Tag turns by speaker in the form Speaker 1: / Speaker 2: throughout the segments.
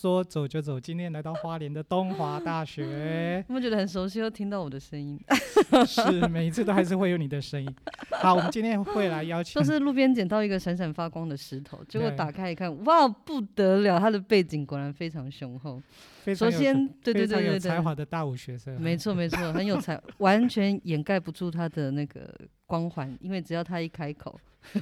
Speaker 1: 说走就走，今天来到花莲的东华大学，
Speaker 2: 有没有觉得很熟悉？又听到我的 声音，嗯
Speaker 1: 是每一次都还是会有你的声音。好，我们今天会来邀请
Speaker 2: 都，是路边捡到一个闪闪发光的石 头，结果
Speaker 1: 对
Speaker 2: 打开一看，哇，不得了！它的背景果然非常雄厚。
Speaker 1: 非常
Speaker 2: 首
Speaker 1: 有
Speaker 2: 先，对对
Speaker 1: 非常
Speaker 2: 对
Speaker 1: 有
Speaker 2: 对
Speaker 1: 才
Speaker 2: 对，
Speaker 1: 华的大五学生，
Speaker 2: 没错没错，很有才， 完全掩盖不住它的那个光环，因为只要它一开口，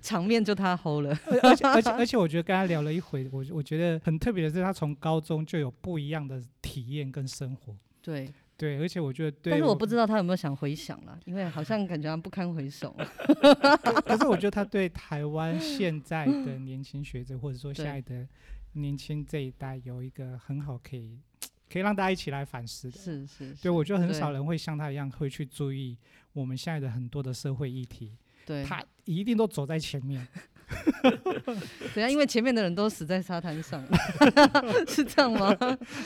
Speaker 2: 场面就它吼了。
Speaker 1: 而而且而且而且，我觉得跟他聊了一回，我我觉得很特别的是，他从高中就有不一样的体验跟生活。
Speaker 2: 对，
Speaker 1: 对，而且我觉得对，
Speaker 2: 但是我不知道他有没有想回想啦，因为好像感觉他不堪 回首。
Speaker 1: 可是我觉得他对台湾现在的年轻学者，或者说
Speaker 2: 对
Speaker 1: 下一代年轻这一代，有一个很好可以可以让大家一起来反思的。
Speaker 2: 是是，是
Speaker 1: 对，我觉得很少
Speaker 2: 对
Speaker 1: 人会像他一样会去注意我们现在的很多的社会议题，
Speaker 2: 对，
Speaker 1: 他一定都走在前 面。
Speaker 2: 等一下，啊因为前面的人都死在沙滩 上 了，是这样吗？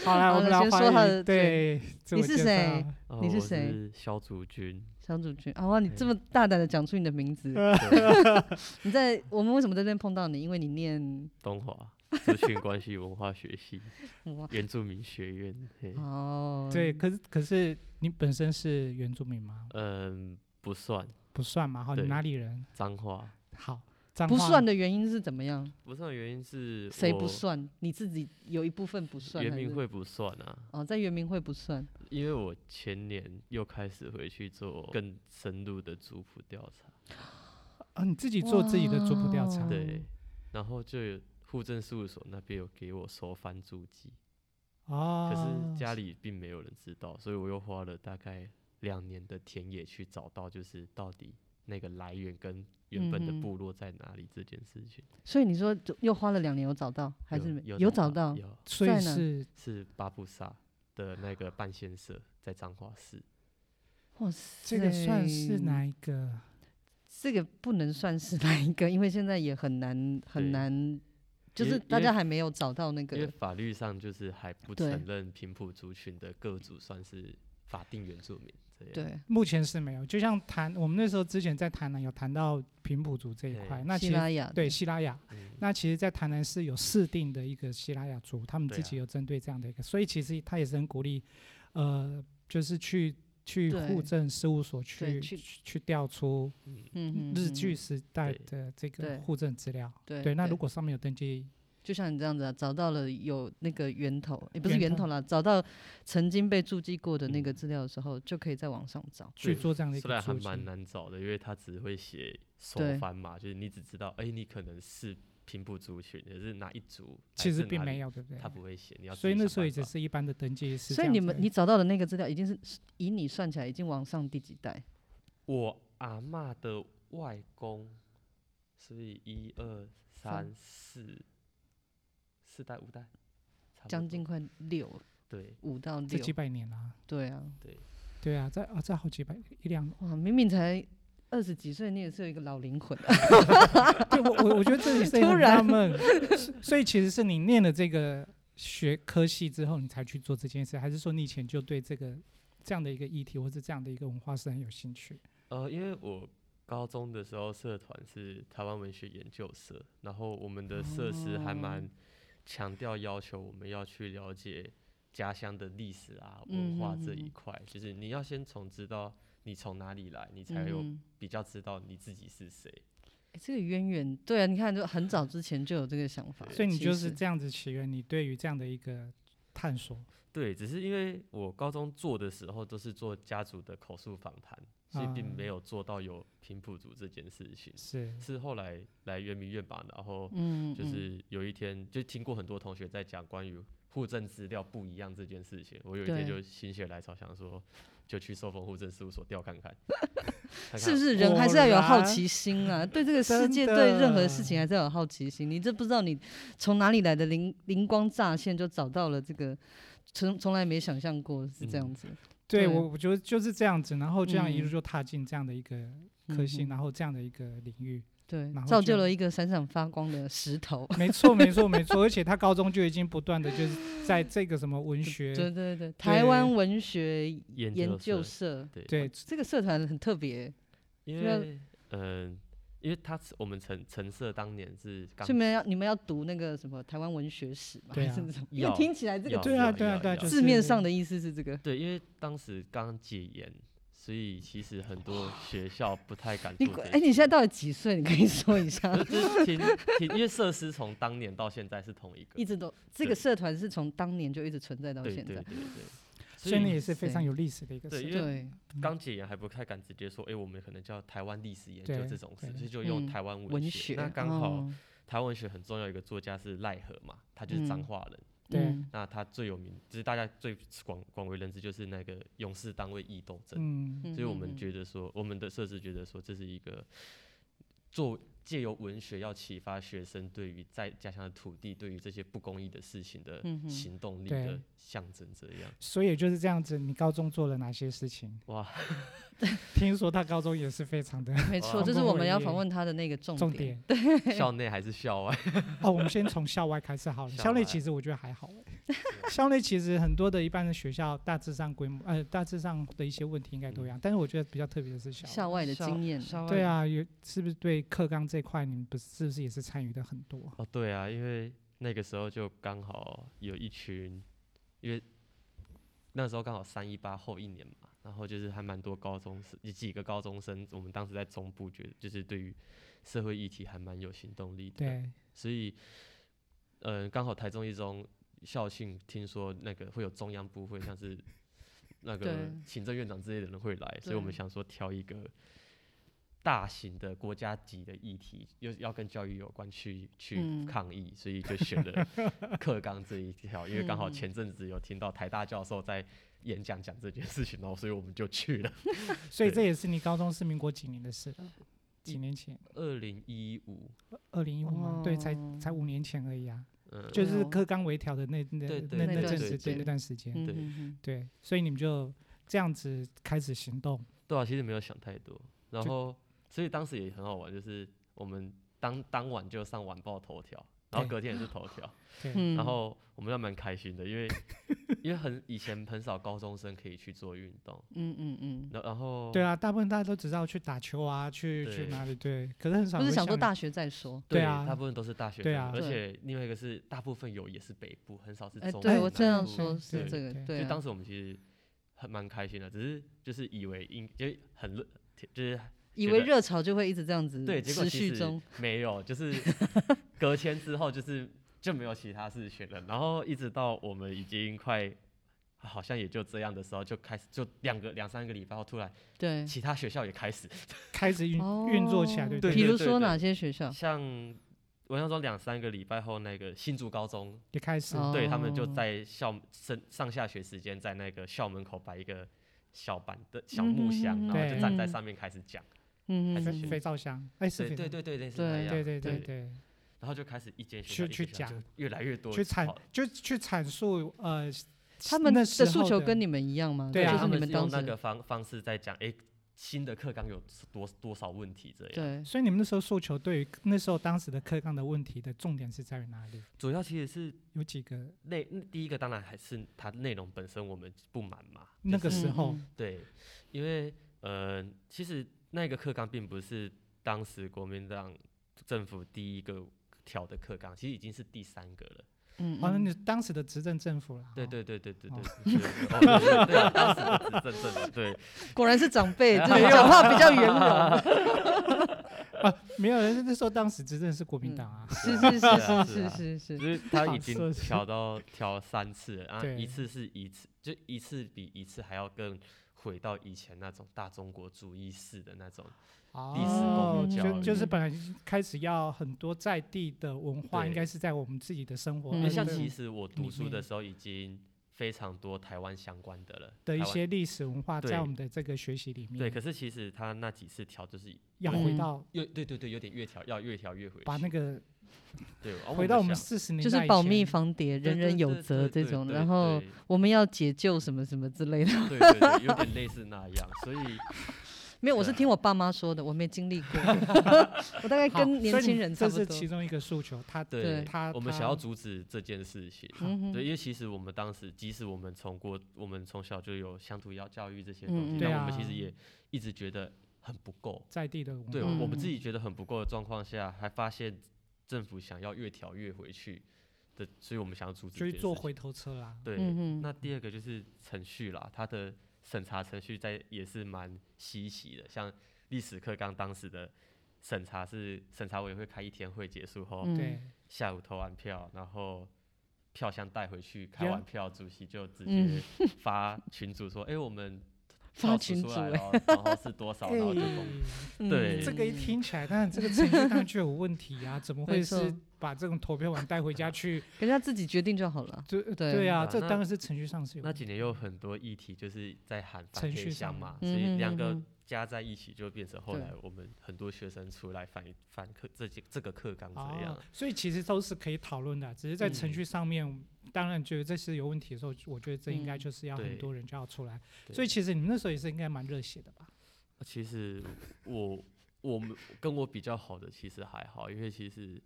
Speaker 1: 好来，
Speaker 2: 好
Speaker 1: 我们
Speaker 2: 了
Speaker 1: 来
Speaker 2: 先说他
Speaker 1: 欢
Speaker 2: 的
Speaker 1: 迎对，自
Speaker 2: 你
Speaker 1: 我
Speaker 2: 是
Speaker 1: 介
Speaker 2: 谁嗯
Speaker 1: 绍？
Speaker 3: 哦
Speaker 2: 你是
Speaker 3: 我
Speaker 2: 谁
Speaker 3: 是肖竹君。
Speaker 2: 小主君，啊哇，你
Speaker 3: 嗯
Speaker 2: 这么大胆的讲出你的名字，
Speaker 3: 对
Speaker 2: 你在我们为什么在这边碰到你？因为你念
Speaker 3: 东华资讯关系文化学系
Speaker 2: 哇
Speaker 3: 原住民学院。嘿
Speaker 2: 哦，
Speaker 1: 对，，可是可是你本身是原住民吗？
Speaker 3: 嗯，不算
Speaker 1: 不算嘛，好，你
Speaker 3: 对
Speaker 1: 哪里人？
Speaker 3: 脏话，
Speaker 1: 好，脏
Speaker 2: 不
Speaker 1: 话
Speaker 2: 算的原因是怎么样？
Speaker 3: 不算的原因是
Speaker 2: 谁不
Speaker 3: 我
Speaker 2: 算？你自己有一部分不算，
Speaker 3: 圆
Speaker 2: 还
Speaker 3: 明
Speaker 2: 是
Speaker 3: 会不算啊，
Speaker 2: 哦，在圆明会不算，
Speaker 3: 因为我前年又开始回去做更深入的族谱调查，
Speaker 1: 啊，你自己做自己的族谱调查
Speaker 2: 哇，
Speaker 3: 对，然后就有户政事务所那边有给我收翻注记，
Speaker 1: 哦，
Speaker 3: 可是家里并没有人知道，所以我又花了大概两年的田野去找到，就是到底那个来源跟原本的
Speaker 2: 嗯哼
Speaker 3: 部落在哪里这件事情。
Speaker 2: 所以你说就又花了两年有找到，还是没
Speaker 3: 有
Speaker 2: 找到？
Speaker 3: 有
Speaker 1: 所以
Speaker 2: 在哪
Speaker 1: 是
Speaker 3: 是巴布萨的那个半仙社，在彰化市。
Speaker 2: 哇塞，
Speaker 1: 这个算是哪一个？
Speaker 2: 这个不能算是哪一个，因为现在也很难很
Speaker 3: 对
Speaker 2: 难，就
Speaker 3: 因
Speaker 2: 是
Speaker 3: 为
Speaker 2: 大
Speaker 3: 因为
Speaker 2: 家还没有找到那
Speaker 3: 因为
Speaker 2: 个
Speaker 3: 法律上就是还不
Speaker 2: 对
Speaker 3: 承认平埔族群的各族算是法定原住民这样。
Speaker 2: 对
Speaker 1: 目前是没有，就像谈我们那时候之前在谈南有谈到平埔族这一
Speaker 3: 对
Speaker 1: 块，那
Speaker 2: 希
Speaker 1: 其
Speaker 2: 拉
Speaker 1: 实
Speaker 2: 雅
Speaker 1: 对希拉雅，
Speaker 3: 嗯，
Speaker 1: 那其实，在台南市有市定的一个希拉雅族，他们
Speaker 3: 对
Speaker 1: 自
Speaker 3: 啊
Speaker 1: 己有针对这样的一个，所以其实他也是很鼓励，呃，就是去去
Speaker 2: 对
Speaker 1: 户政事务所
Speaker 2: 对
Speaker 1: 去
Speaker 2: 去
Speaker 1: 去调出
Speaker 2: 嗯
Speaker 1: 日
Speaker 2: 嗯
Speaker 1: 据
Speaker 2: 嗯
Speaker 1: 时代
Speaker 3: 对
Speaker 1: 的这个
Speaker 2: 对
Speaker 1: 户政资料。
Speaker 2: 对
Speaker 1: 对，那如果上面有登记，
Speaker 2: 就像你这样子啊，找到了有那个源头，也、不是
Speaker 1: 源
Speaker 2: 源
Speaker 1: 头嗯
Speaker 2: 头啦，找到曾经被注记过的那个资料的时候，就可以在网上找。
Speaker 1: 去
Speaker 3: 对
Speaker 1: 做这样的一
Speaker 3: 虽然
Speaker 1: 个
Speaker 3: 还
Speaker 1: 注记，
Speaker 3: 蛮难找的，因为他只会写收
Speaker 2: 对
Speaker 3: 翻嘛，就是你只知道，哎、你可能是平埔族群，可是哪一族，
Speaker 1: 其实并没
Speaker 3: 有，
Speaker 1: 有，对不对
Speaker 3: 他？不会写，你要
Speaker 1: 所以
Speaker 3: 自己
Speaker 1: 那时候也只
Speaker 3: 想办法
Speaker 1: 是一般的登记是这
Speaker 2: 所以
Speaker 1: 样
Speaker 2: 你
Speaker 1: 子
Speaker 2: 们
Speaker 1: 而已
Speaker 2: 你找到的那个资料，已经是以你算起来，已经往上第几代？
Speaker 3: 我阿嬷的外公，所以一二
Speaker 2: 三
Speaker 3: 三四四代五代，差不
Speaker 2: 将
Speaker 3: 多
Speaker 2: 近快六，
Speaker 3: 对
Speaker 2: 五到
Speaker 1: 这几
Speaker 2: 六。
Speaker 1: 百年啦，
Speaker 2: 对啊，
Speaker 1: 对啊，这啊这好几百一两
Speaker 2: 哇，明明才二十几岁，你也是有一个老灵魂、 啊。
Speaker 1: 对我我我觉得这也是
Speaker 2: 突
Speaker 1: 很
Speaker 2: 然
Speaker 1: 纳闷，所所以其实是你念了这个学科系之后，你才去做这件事，还是说你以前就对这个这样的一个议题或者这样的一个文化是很有兴趣？
Speaker 3: 呃，因为我高中的时候社团是台湾文学研究社，然后我们的设施还
Speaker 2: 哦
Speaker 3: 蛮强调要求我们要去了解家乡的历史啊、文化
Speaker 2: 嗯
Speaker 3: 这
Speaker 2: 哼哼
Speaker 3: 一
Speaker 2: 哼
Speaker 3: 块，就是你要先从知道你从哪里来，你才有
Speaker 2: 嗯，
Speaker 3: 比较知道你自己是谁。
Speaker 2: 诶这个渊源，对啊，你看，就很早之前就有这个想法了。
Speaker 1: 所以你
Speaker 2: 其
Speaker 1: 就是
Speaker 2: 实
Speaker 1: 这样子起源，你对于这样的一个探索，
Speaker 3: 对，只是因为我高中做的时候都是做家族的口述访谈，所以并
Speaker 2: 啊
Speaker 3: 没有做到有平埔族这件事情。
Speaker 1: 是
Speaker 3: 是后来来圆明院吧，然后
Speaker 2: 嗯，
Speaker 3: 就
Speaker 2: 嗯
Speaker 3: 是有一天就听过很多同学在讲关于户政资料不一样这件事情，我有一天
Speaker 2: 对
Speaker 3: 就心血来潮想说，就去寿丰户政事务所调 看看，看
Speaker 2: 是
Speaker 3: 看
Speaker 2: 不是人还是要有好
Speaker 1: 果然
Speaker 2: 奇心啊？对这个世
Speaker 1: 真
Speaker 2: 界，
Speaker 1: 的
Speaker 2: 对任何事情还是要有好奇心。你这不知道你从哪里来的灵灵光乍现，就找到了这个从从来没想象过是这样子。
Speaker 1: 对
Speaker 2: 对
Speaker 1: 我我觉得就是这样子，然后这样一
Speaker 2: 嗯
Speaker 1: 路就踏进这样的一个科系，然后这样的一个领域。
Speaker 2: 对
Speaker 1: 然，后
Speaker 2: 造就
Speaker 1: 就
Speaker 2: 了一个闪闪发光的石头。
Speaker 1: 没错，没错，没错。而且他高中就已经不断的就是在这个什么文学，
Speaker 2: 对对对，台湾文学
Speaker 3: 研
Speaker 2: 研
Speaker 3: 究
Speaker 2: 究
Speaker 3: 社
Speaker 2: 社
Speaker 3: 对，
Speaker 1: 对
Speaker 2: 这个社团很特别，
Speaker 3: 因
Speaker 2: 因为
Speaker 3: 为嗯、因为他我们陈陈社当年是刚
Speaker 2: 所以你们要你们要读那个什么台湾文学史嘛，
Speaker 1: 对啊
Speaker 2: 还是 那种？因为
Speaker 3: 要
Speaker 2: 听起来这
Speaker 3: 要
Speaker 2: 个
Speaker 1: 对啊
Speaker 3: 要
Speaker 1: 对啊
Speaker 3: 要
Speaker 1: 对啊
Speaker 3: 要
Speaker 1: 就是
Speaker 2: 字面上的意思是这个。
Speaker 3: 对，因为当时刚解严，所以其实很多学校不太敢
Speaker 2: 你
Speaker 3: 做这
Speaker 2: 哎、
Speaker 3: 些。
Speaker 2: 你现在到底几岁？你可以说一下
Speaker 3: 就是挺挺，因为设施从当年到现在是同一个，
Speaker 2: 一直都这个社团是从当年就一直存在到
Speaker 3: 对
Speaker 2: 现
Speaker 3: 对对
Speaker 2: 在。
Speaker 3: 对，
Speaker 1: 所以你也
Speaker 3: 以
Speaker 1: 是非常有历史的一个
Speaker 3: 对
Speaker 1: 事
Speaker 3: 因
Speaker 1: 情。
Speaker 3: 为
Speaker 2: 对，
Speaker 1: 嗯
Speaker 3: 刚解严还不太敢直接说，哎、我们可能叫台湾历史研究
Speaker 1: 对
Speaker 3: 这种事，
Speaker 1: 对
Speaker 3: 所以就用
Speaker 2: 嗯
Speaker 3: 台湾
Speaker 2: 文
Speaker 3: 学。
Speaker 2: 学
Speaker 3: 那刚好、
Speaker 2: 哦
Speaker 3: 台湾文学很重要一个作家是赖和嘛，他就是彰
Speaker 2: 嗯
Speaker 3: 化人，
Speaker 1: 对
Speaker 2: 嗯
Speaker 3: 那他最有名，就是大家最广广为人知就是那个勇士单位役斗争。
Speaker 1: 嗯，
Speaker 3: 所以我们
Speaker 2: 嗯
Speaker 3: 觉得说，我们的设置觉得说，这是一个做借由文学要启发学生对于在家乡的土地、对于这些不公义的事情的
Speaker 2: 嗯哼
Speaker 3: 行动力
Speaker 1: 对
Speaker 3: 的象征，这样。
Speaker 1: 所以也就是这样子。你高中做了哪些事情？
Speaker 3: 哇，
Speaker 1: 听说他高中也是非常的
Speaker 2: 没
Speaker 3: 哇
Speaker 2: 错，这是我们要访问他的那个重
Speaker 1: 重
Speaker 2: 点。
Speaker 1: 点
Speaker 3: 校内还是校外？
Speaker 1: 哦。我们先从校外开始好了。
Speaker 3: 校
Speaker 1: 校内
Speaker 3: 外
Speaker 1: 其实我觉得还好欸校内其实很多的一般的学校大致上规模呃大致上的一些问题应该
Speaker 3: 嗯
Speaker 1: 都一样，但是我觉得比较特别的是校外。
Speaker 2: 校外的经验，
Speaker 3: 校外
Speaker 1: 对啊，有是不是对课纲这块你们不是是不是也是参与的很多？
Speaker 3: 哦，对啊，因为那个时候就刚好有一群，因为那时候刚好三一八后一年嘛，然后就是还蛮多高中生，有几个高中生，我们当时在中部觉得就是对于社会议题还蛮有行动力的。
Speaker 1: 对，
Speaker 3: 所以，嗯，刚好台中一中校庆听说那个会有中央部会，像是那个
Speaker 2: 对
Speaker 3: 行政院长之类的人会来，所以我们
Speaker 2: 对
Speaker 3: 想说挑一个大型的国家级的议题，又要跟教育有关去去
Speaker 2: 嗯
Speaker 3: 抗议，所以就选了课纲这一条，因为刚好
Speaker 2: 嗯
Speaker 3: 前阵子有听到台大教授在演讲讲这件事情，然后所以我们就去了。
Speaker 1: 所以这也是你高中是民国几年的事了？几年前？
Speaker 3: 二零一五，
Speaker 1: 二零一五吗？对，才
Speaker 2: 哦
Speaker 1: 才五年前而已啊，
Speaker 3: 嗯，
Speaker 1: 就
Speaker 2: 对
Speaker 1: 是
Speaker 2: 哦
Speaker 1: 课纲微调的那那
Speaker 3: 对对
Speaker 1: 那
Speaker 2: 对
Speaker 1: 那
Speaker 2: 对
Speaker 1: 阵
Speaker 2: 对
Speaker 1: 时间
Speaker 2: 对
Speaker 1: 那段时间，
Speaker 2: 嗯
Speaker 3: 对
Speaker 2: 嗯嗯
Speaker 1: 对，所以你们就这样子开始行动，
Speaker 3: 对啊，其实没有想太多。然
Speaker 1: 就
Speaker 3: 后，所以当时也很好玩，就是我们当当晚就上晚报头条，然
Speaker 1: 对
Speaker 3: 后隔天也是头条，
Speaker 1: 对，
Speaker 2: 嗯
Speaker 3: 然后我们还蛮开心的，因为因为很以前很少高中生可以去做运动，
Speaker 2: 嗯嗯嗯，
Speaker 3: 然然后
Speaker 1: 对啊，大部分大家都只知道去打球啊，去
Speaker 3: 哦对
Speaker 1: 去哪里，对，可是很少
Speaker 2: 不是
Speaker 1: 会
Speaker 2: 想
Speaker 1: 像
Speaker 2: 说
Speaker 1: 你
Speaker 2: 大学再说。
Speaker 1: 对
Speaker 3: 对
Speaker 1: 啊
Speaker 3: 大部分都是大学
Speaker 1: 对
Speaker 3: 生
Speaker 1: 啊
Speaker 3: 而
Speaker 2: 对
Speaker 3: 且另外一个是大部分有也是北部，很少是
Speaker 2: 哎，
Speaker 3: 中部。
Speaker 2: 对我
Speaker 1: 南
Speaker 2: 这样
Speaker 1: 部
Speaker 2: 说，
Speaker 1: 对
Speaker 2: 是这个
Speaker 1: 对
Speaker 2: 对
Speaker 3: 就
Speaker 2: 啊。
Speaker 3: 当时我们其实很蛮开心的，只是就是以为应就是很热，就是
Speaker 2: 以
Speaker 3: 觉
Speaker 2: 为
Speaker 3: 得
Speaker 2: 热潮就会一直这样子
Speaker 3: 对，结
Speaker 2: 嗯
Speaker 3: 果
Speaker 2: 持
Speaker 3: 其
Speaker 2: 续
Speaker 3: 实
Speaker 2: 中，
Speaker 3: 没有，就是 隔天之后就是就没有其他事情了，然后一直到我们已经快。好像也就这样的时候，就开始就两个两三个礼拜后，突然
Speaker 2: 对。
Speaker 3: 其他学校也开始，
Speaker 1: 开始运
Speaker 2: 哦
Speaker 1: 运作起来，对不
Speaker 3: 对
Speaker 2: 比
Speaker 1: 对？
Speaker 2: 如说
Speaker 3: 对
Speaker 2: 哪些学校？
Speaker 3: 像我想说两三个礼拜后，那个新竹高中
Speaker 1: 也开始，
Speaker 2: 哦
Speaker 3: 对他们就在校上上下学时间，在那个校门口摆一个小板凳、小木箱，
Speaker 1: 哼
Speaker 2: 嗯
Speaker 1: 哼
Speaker 3: 然后就站在
Speaker 2: 对
Speaker 3: 上面开始讲。
Speaker 2: 嗯
Speaker 3: 还是
Speaker 2: 嗯
Speaker 1: 肥
Speaker 3: 学
Speaker 2: 嗯
Speaker 1: 肥皂箱，哎，是
Speaker 3: 对
Speaker 1: 肥
Speaker 3: 对
Speaker 1: 皂
Speaker 3: 对对，类似那样。
Speaker 1: 对对对对，
Speaker 3: 然后就开始一间
Speaker 1: 去
Speaker 3: 学校一
Speaker 1: 去
Speaker 3: 间学校
Speaker 1: 讲
Speaker 3: 就越来越多
Speaker 1: 去阐
Speaker 3: 好
Speaker 1: 就去阐述呃，
Speaker 2: 他们
Speaker 1: 那
Speaker 2: 的
Speaker 1: 时候
Speaker 2: 诉求
Speaker 1: 的
Speaker 2: 跟你们一样吗？
Speaker 1: 对啊
Speaker 2: 就
Speaker 3: 他
Speaker 2: 是你
Speaker 3: 们
Speaker 2: 们
Speaker 3: 是用
Speaker 2: 当
Speaker 3: 那
Speaker 2: 时
Speaker 3: 个方方式在讲，哎、新的课纲有多多少问题这样。
Speaker 2: 对
Speaker 1: 所以你们那时候诉求对于那时候当时的课纲的问题的重点是在于哪里？
Speaker 3: 主要其实是
Speaker 1: 有几个
Speaker 3: 内第一个当然还是它内容本身我们不满嘛，
Speaker 1: 那个
Speaker 3: 就是
Speaker 1: 时候，
Speaker 2: 嗯
Speaker 3: 对，因为呃，其实那个课纲并不是当时国民党政府第一个调的课纲，其实已经是第三个了。
Speaker 2: 嗯，
Speaker 1: 哦，那
Speaker 2: 嗯
Speaker 1: 你当时的执政政府啦，
Speaker 3: 对
Speaker 1: 哦，
Speaker 3: 对对对对
Speaker 1: 哦
Speaker 3: 对，对对对哦对对对啊，当时的执政政府对，
Speaker 2: 果然是长 辈，就是
Speaker 3: 啊
Speaker 2: 讲话比较圆 融。
Speaker 1: 啊，没有，那时候当时执政是国民党啊，
Speaker 2: 是是
Speaker 3: 是啊是
Speaker 2: 是
Speaker 3: 啊
Speaker 2: 是是是
Speaker 3: 就是他
Speaker 1: 好
Speaker 3: 已经
Speaker 1: 色情
Speaker 3: 调到调三次了，啊，
Speaker 1: 对
Speaker 3: 一次是一次，就一次比一次还要更回到以前那种大中国主义式的那种。历史
Speaker 1: 哦
Speaker 3: 公，
Speaker 2: 教
Speaker 1: 就就是
Speaker 2: 育
Speaker 1: 本来开始要很多在地的文化，
Speaker 3: 对
Speaker 1: 应该是在我们自己的生活呃
Speaker 2: 嗯
Speaker 3: 因为像
Speaker 1: 对
Speaker 3: 其实我读书
Speaker 1: 面
Speaker 3: 的时候已经非常多台湾相关的了，
Speaker 1: 的一
Speaker 3: 台湾
Speaker 1: 些历史文化
Speaker 3: 对
Speaker 1: 在我们的这个学习里面，
Speaker 3: 对，可是其实他那几次调就是
Speaker 1: 要
Speaker 2: 嗯
Speaker 1: 回到
Speaker 3: 越对对对，有点越调要越调越回去，
Speaker 1: 把那个
Speaker 3: 对哦
Speaker 1: 回到我们
Speaker 3: 想
Speaker 1: 四十年
Speaker 2: 就
Speaker 1: 代
Speaker 2: 是
Speaker 1: 以
Speaker 2: 保密
Speaker 1: 前
Speaker 2: 防谍，
Speaker 3: 对
Speaker 2: 人
Speaker 3: 对
Speaker 2: 人有
Speaker 3: 对
Speaker 2: 责
Speaker 3: 对
Speaker 2: 这
Speaker 3: 对
Speaker 2: 种，
Speaker 3: 对
Speaker 2: 然后
Speaker 3: 对
Speaker 2: 我们要解救什么什么之类的。
Speaker 3: 对对对，有点类似那样，所以
Speaker 2: 没有，我是
Speaker 3: 对啊
Speaker 2: 听我爸妈说的，我没经历 过。我大概
Speaker 1: 好
Speaker 2: 跟
Speaker 1: 所
Speaker 2: 年
Speaker 1: 以
Speaker 2: 轻
Speaker 1: 你
Speaker 2: 人差
Speaker 1: 这
Speaker 2: 不
Speaker 1: 是
Speaker 2: 多
Speaker 1: 其。中一个诉求，他
Speaker 3: 对
Speaker 1: 他
Speaker 3: 我们
Speaker 1: 他
Speaker 3: 想要阻止这件事情。
Speaker 2: 嗯哼
Speaker 3: 对，因为其实我们当时，即使我们从过，我们从小就有乡土要教育这些
Speaker 2: 嗯
Speaker 3: 东西，
Speaker 2: 嗯
Speaker 3: 但
Speaker 1: 对
Speaker 3: 我们其
Speaker 1: 啊
Speaker 3: 实也一直觉得很不够。
Speaker 1: 在地的文化，
Speaker 3: 对、
Speaker 2: 嗯
Speaker 3: 我们自己觉得很不够的状况下，还发现政府想要越调越回去的，所以我们想要阻止
Speaker 1: 就
Speaker 3: 这
Speaker 1: 是
Speaker 3: 件
Speaker 1: 坐
Speaker 3: 事
Speaker 1: 回头车啦。
Speaker 3: 对，
Speaker 2: 嗯
Speaker 3: 那
Speaker 2: 哼，
Speaker 3: 第二个就是程序啦，它的审查程序在也是蛮稀奇的，像历史课纲当时的审查是审查委员会开一天会结束后，
Speaker 2: 嗯
Speaker 1: 对，
Speaker 3: 下午投完票，然后票箱带回去，开
Speaker 1: 呀
Speaker 3: 完票，主席就直
Speaker 2: 嗯
Speaker 3: 接 发群主说：“哎、我们
Speaker 2: 发
Speaker 3: 倒数
Speaker 2: 群
Speaker 3: 出
Speaker 2: 组哎
Speaker 3: 来
Speaker 2: 嗯
Speaker 3: 咯然后是 多少，然后就
Speaker 1: 哎
Speaker 3: 公布。对
Speaker 1: 这个一听起来，当然这个程序当然就有问题啊，怎么会
Speaker 2: 没错
Speaker 1: 是把这种投票完带回家去？
Speaker 2: 给他自己决定就好了。
Speaker 1: 对
Speaker 2: 对
Speaker 1: 对啊，
Speaker 3: 啊
Speaker 1: 这
Speaker 3: 那
Speaker 1: 当然是程序上是有
Speaker 3: 那
Speaker 1: 问题。
Speaker 3: 几年有很多议题就是在喊反
Speaker 1: 程
Speaker 3: 天
Speaker 1: 序
Speaker 3: 下
Speaker 1: 上
Speaker 3: 嘛，所
Speaker 2: 嗯
Speaker 3: 以两
Speaker 2: 嗯
Speaker 3: 个
Speaker 2: 嗯
Speaker 3: 加在一起就变成后
Speaker 2: 对
Speaker 3: 来我们很多学生出来反反课这节这个课纲
Speaker 1: 啊
Speaker 3: 这样。，
Speaker 1: 所以其实都是可以讨论的，只是在程
Speaker 3: 嗯
Speaker 1: 序上面，当然觉得这是有问题的时候，我觉得这应该
Speaker 2: 嗯
Speaker 1: 就是要很
Speaker 3: 对
Speaker 1: 多人就要出来。
Speaker 3: 对
Speaker 1: 所以其实你们那时候也是应该蛮热血的吧？
Speaker 3: 其实我我们跟我比较好的其实还好，因为其实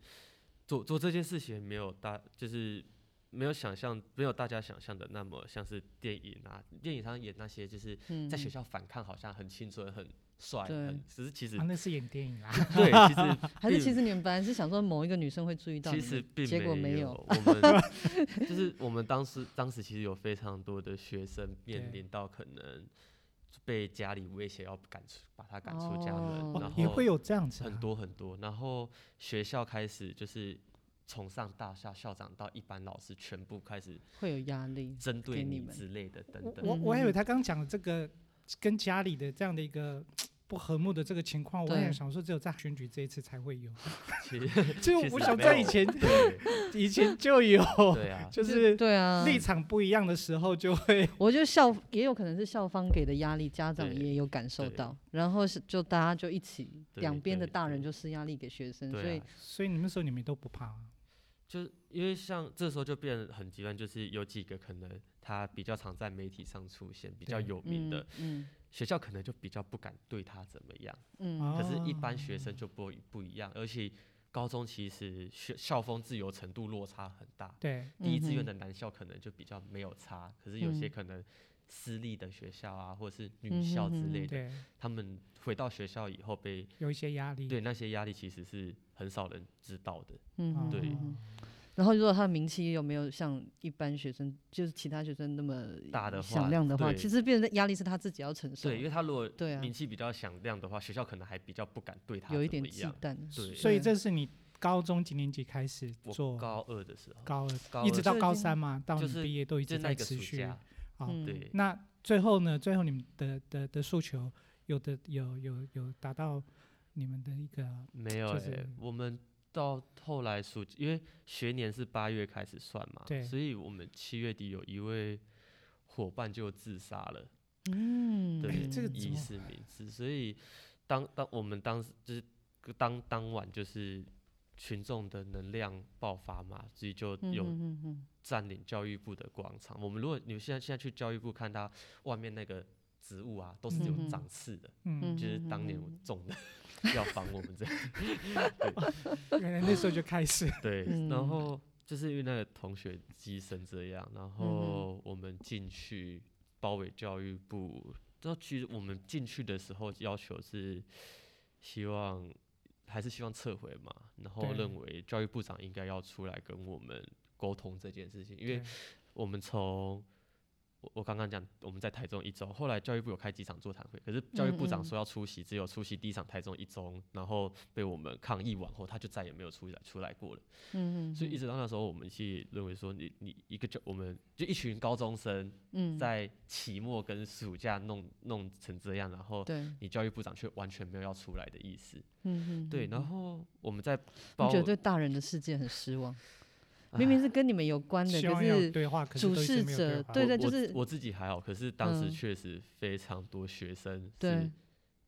Speaker 3: 做做这件事情没有大就是没有想象没有大家想象的那么像是电影啊，电影上演那些就是
Speaker 2: 嗯，
Speaker 3: 在学校反抗好像很青春很帅
Speaker 2: 对
Speaker 3: 很，只是其实
Speaker 1: 啊，那是演电影 啦。
Speaker 3: 对其实
Speaker 2: 还是
Speaker 3: 并
Speaker 2: 其实你们本来是想说某一个女生会注意到你
Speaker 3: 其
Speaker 2: 们，
Speaker 3: 实并
Speaker 2: 结果没
Speaker 3: 有
Speaker 2: 有。，
Speaker 3: 我们就是我们当时当时其实有非常多的学生面
Speaker 1: 对
Speaker 3: 临到可能被家里威胁要赶出，把他赶出家门，
Speaker 2: 哦
Speaker 3: 然
Speaker 1: 哦
Speaker 3: 后，
Speaker 1: 也会有这样子、啊，
Speaker 3: 很多很多。然后学校开始就是从上到下，校长到一般老师全部开始
Speaker 2: 会有压力。
Speaker 3: 针
Speaker 2: 给
Speaker 3: 对
Speaker 2: 你
Speaker 3: 你
Speaker 2: 们
Speaker 3: 之类的等
Speaker 1: 我我
Speaker 3: 等。
Speaker 1: 我还以为他刚讲的这个跟家里的这样的一个不和睦的这个情况，我
Speaker 2: 对
Speaker 1: 也想说只有在选举这一次才会 有，
Speaker 3: 其实
Speaker 1: 就
Speaker 3: 其
Speaker 1: 我
Speaker 3: 实
Speaker 1: 想
Speaker 3: 没
Speaker 1: 在
Speaker 3: 有
Speaker 1: 以前
Speaker 3: 对
Speaker 1: 以前就有，
Speaker 3: 对啊，
Speaker 1: 就是
Speaker 2: 对啊，
Speaker 1: 立场不一样的时候就会
Speaker 2: 我觉得校也有可能是校方给的压力，家长
Speaker 3: 对
Speaker 2: 也有感受
Speaker 3: 对
Speaker 2: 到，然后是就大家就一起，
Speaker 3: 对
Speaker 2: 两边的
Speaker 3: 对
Speaker 2: 大人
Speaker 3: 对
Speaker 2: 就施压力给学生，所
Speaker 3: 对
Speaker 2: 以
Speaker 3: 啊，
Speaker 1: 嗯所以你们那时候你们都不怕啊、
Speaker 3: 就是因为像这时候就变得很极端，就是有几个可能他比较常在媒体上出现，比较
Speaker 1: 对
Speaker 3: 有名的
Speaker 2: 嗯嗯
Speaker 3: 学校可能就比较不敢对他怎么样，
Speaker 2: 嗯，
Speaker 3: 可是，一般
Speaker 1: 哦
Speaker 3: 学生就不不一样，而且高中其实学校风自由程度落差很大，
Speaker 1: 对
Speaker 3: 第一志
Speaker 2: 嗯哼
Speaker 3: 愿的男校可能就比较没有差，可是有些
Speaker 2: 嗯
Speaker 3: 可能私立的学校啊，或者是
Speaker 2: 嗯
Speaker 3: 女校之
Speaker 2: 哼
Speaker 3: 类的，
Speaker 1: 对，
Speaker 3: 他们回到学校以后被
Speaker 1: 有一些压力，
Speaker 3: 对那些压力其实是很少人知道的。
Speaker 2: 嗯
Speaker 1: 啊
Speaker 2: 哼
Speaker 3: 对
Speaker 2: 嗯哼然后如果他的名气又没有像一般学生，就是其他学生那么
Speaker 3: 大的话
Speaker 2: 响亮的话，
Speaker 3: 对
Speaker 2: 其实变成压力是他自己要承受，
Speaker 3: 对，因为他如果
Speaker 2: 对啊
Speaker 3: 名气比较响亮的话，学校可能还比较不敢对他
Speaker 2: 有一
Speaker 3: 怎
Speaker 2: 点
Speaker 3: 么
Speaker 2: 忌
Speaker 3: 样。
Speaker 2: 惮，
Speaker 3: 对，
Speaker 1: 所以
Speaker 2: 对
Speaker 1: 这是你高中几年级开始
Speaker 3: 我
Speaker 1: 做
Speaker 3: 高二的时候，
Speaker 1: 高二，
Speaker 3: 高
Speaker 1: 一
Speaker 3: 二
Speaker 1: 直
Speaker 3: 的
Speaker 1: 到
Speaker 2: 就已
Speaker 1: 高
Speaker 2: 经
Speaker 1: 三嘛，到
Speaker 3: 就
Speaker 1: 你
Speaker 3: 是
Speaker 1: 毕业都一
Speaker 3: 就
Speaker 1: 直
Speaker 3: 那
Speaker 1: 在
Speaker 3: 个
Speaker 1: 持
Speaker 3: 暑
Speaker 1: 续。
Speaker 3: 假，
Speaker 1: 好
Speaker 2: 嗯
Speaker 3: 对，
Speaker 1: 那最后呢？最后你们的的的诉求，有的有有有达到你们的一个
Speaker 3: 没有
Speaker 1: 就
Speaker 3: 诶、
Speaker 1: 是
Speaker 3: 我们到后来暑，因为学年是八月开始算嘛
Speaker 1: 对，
Speaker 3: 所以我们七月底有一位伙伴就自杀了，
Speaker 2: 嗯，
Speaker 3: 对，
Speaker 1: 哎这个怎
Speaker 3: 以
Speaker 1: 么
Speaker 3: 死明志，所以当当我们当时就是当当晚就是群众的能量爆发嘛，所以就
Speaker 2: 嗯
Speaker 3: 有
Speaker 2: 哼哼哼
Speaker 3: 占领教育部的广场。我们如果你们现在现在去教育部看它外面那个植物啊，都是有
Speaker 2: 嗯哼
Speaker 3: 长刺的，
Speaker 1: 嗯，
Speaker 3: 就是当年我种的， 要防我们这样。
Speaker 1: 原来那时候就开始
Speaker 3: 对，
Speaker 2: 嗯
Speaker 3: 然后就是因为那个同学机身这样，
Speaker 2: 嗯
Speaker 3: 然后我们进去包围教育部。然后其实我们进去的时候要求是希望还是希望撤回嘛，然后
Speaker 1: 对
Speaker 3: 认为教育部长应该要出来跟我们沟通这件事情，因为
Speaker 1: 对
Speaker 3: 我们从我我刚刚讲我们在台中一周，后来教育部有开几场座谈会，可是教育部
Speaker 2: 嗯嗯
Speaker 3: 长说要出席，只有出席第一场台中一中，然后被我们抗议完后，他就再也没有出来出来过了。
Speaker 2: 嗯嗯，
Speaker 3: 所以一
Speaker 2: 直
Speaker 3: 直到那时候，我们其实认为说你，你一个就我们就一群高中生
Speaker 2: 嗯
Speaker 3: 在期末跟暑假弄弄成这样，然后
Speaker 2: 对，
Speaker 3: 你教育部长却完全没有要出来的意思。
Speaker 2: 嗯哼，
Speaker 3: 对，
Speaker 2: 哼
Speaker 3: 然
Speaker 2: 哼
Speaker 3: 后我们在
Speaker 2: 我
Speaker 3: 包
Speaker 2: 觉得对大人的世界很失望，明明是跟你们有关的，
Speaker 1: 希
Speaker 2: 可
Speaker 1: 望要
Speaker 2: 是
Speaker 1: 有对话，可是
Speaker 2: 主
Speaker 1: 都一直
Speaker 2: 事
Speaker 1: 没有对
Speaker 2: 者
Speaker 1: 话。
Speaker 2: 对
Speaker 3: 我
Speaker 2: 的就
Speaker 3: 我
Speaker 2: 是
Speaker 3: 我自己还好，可是当时
Speaker 2: 嗯
Speaker 3: 确实非常多学生
Speaker 2: 对
Speaker 3: 是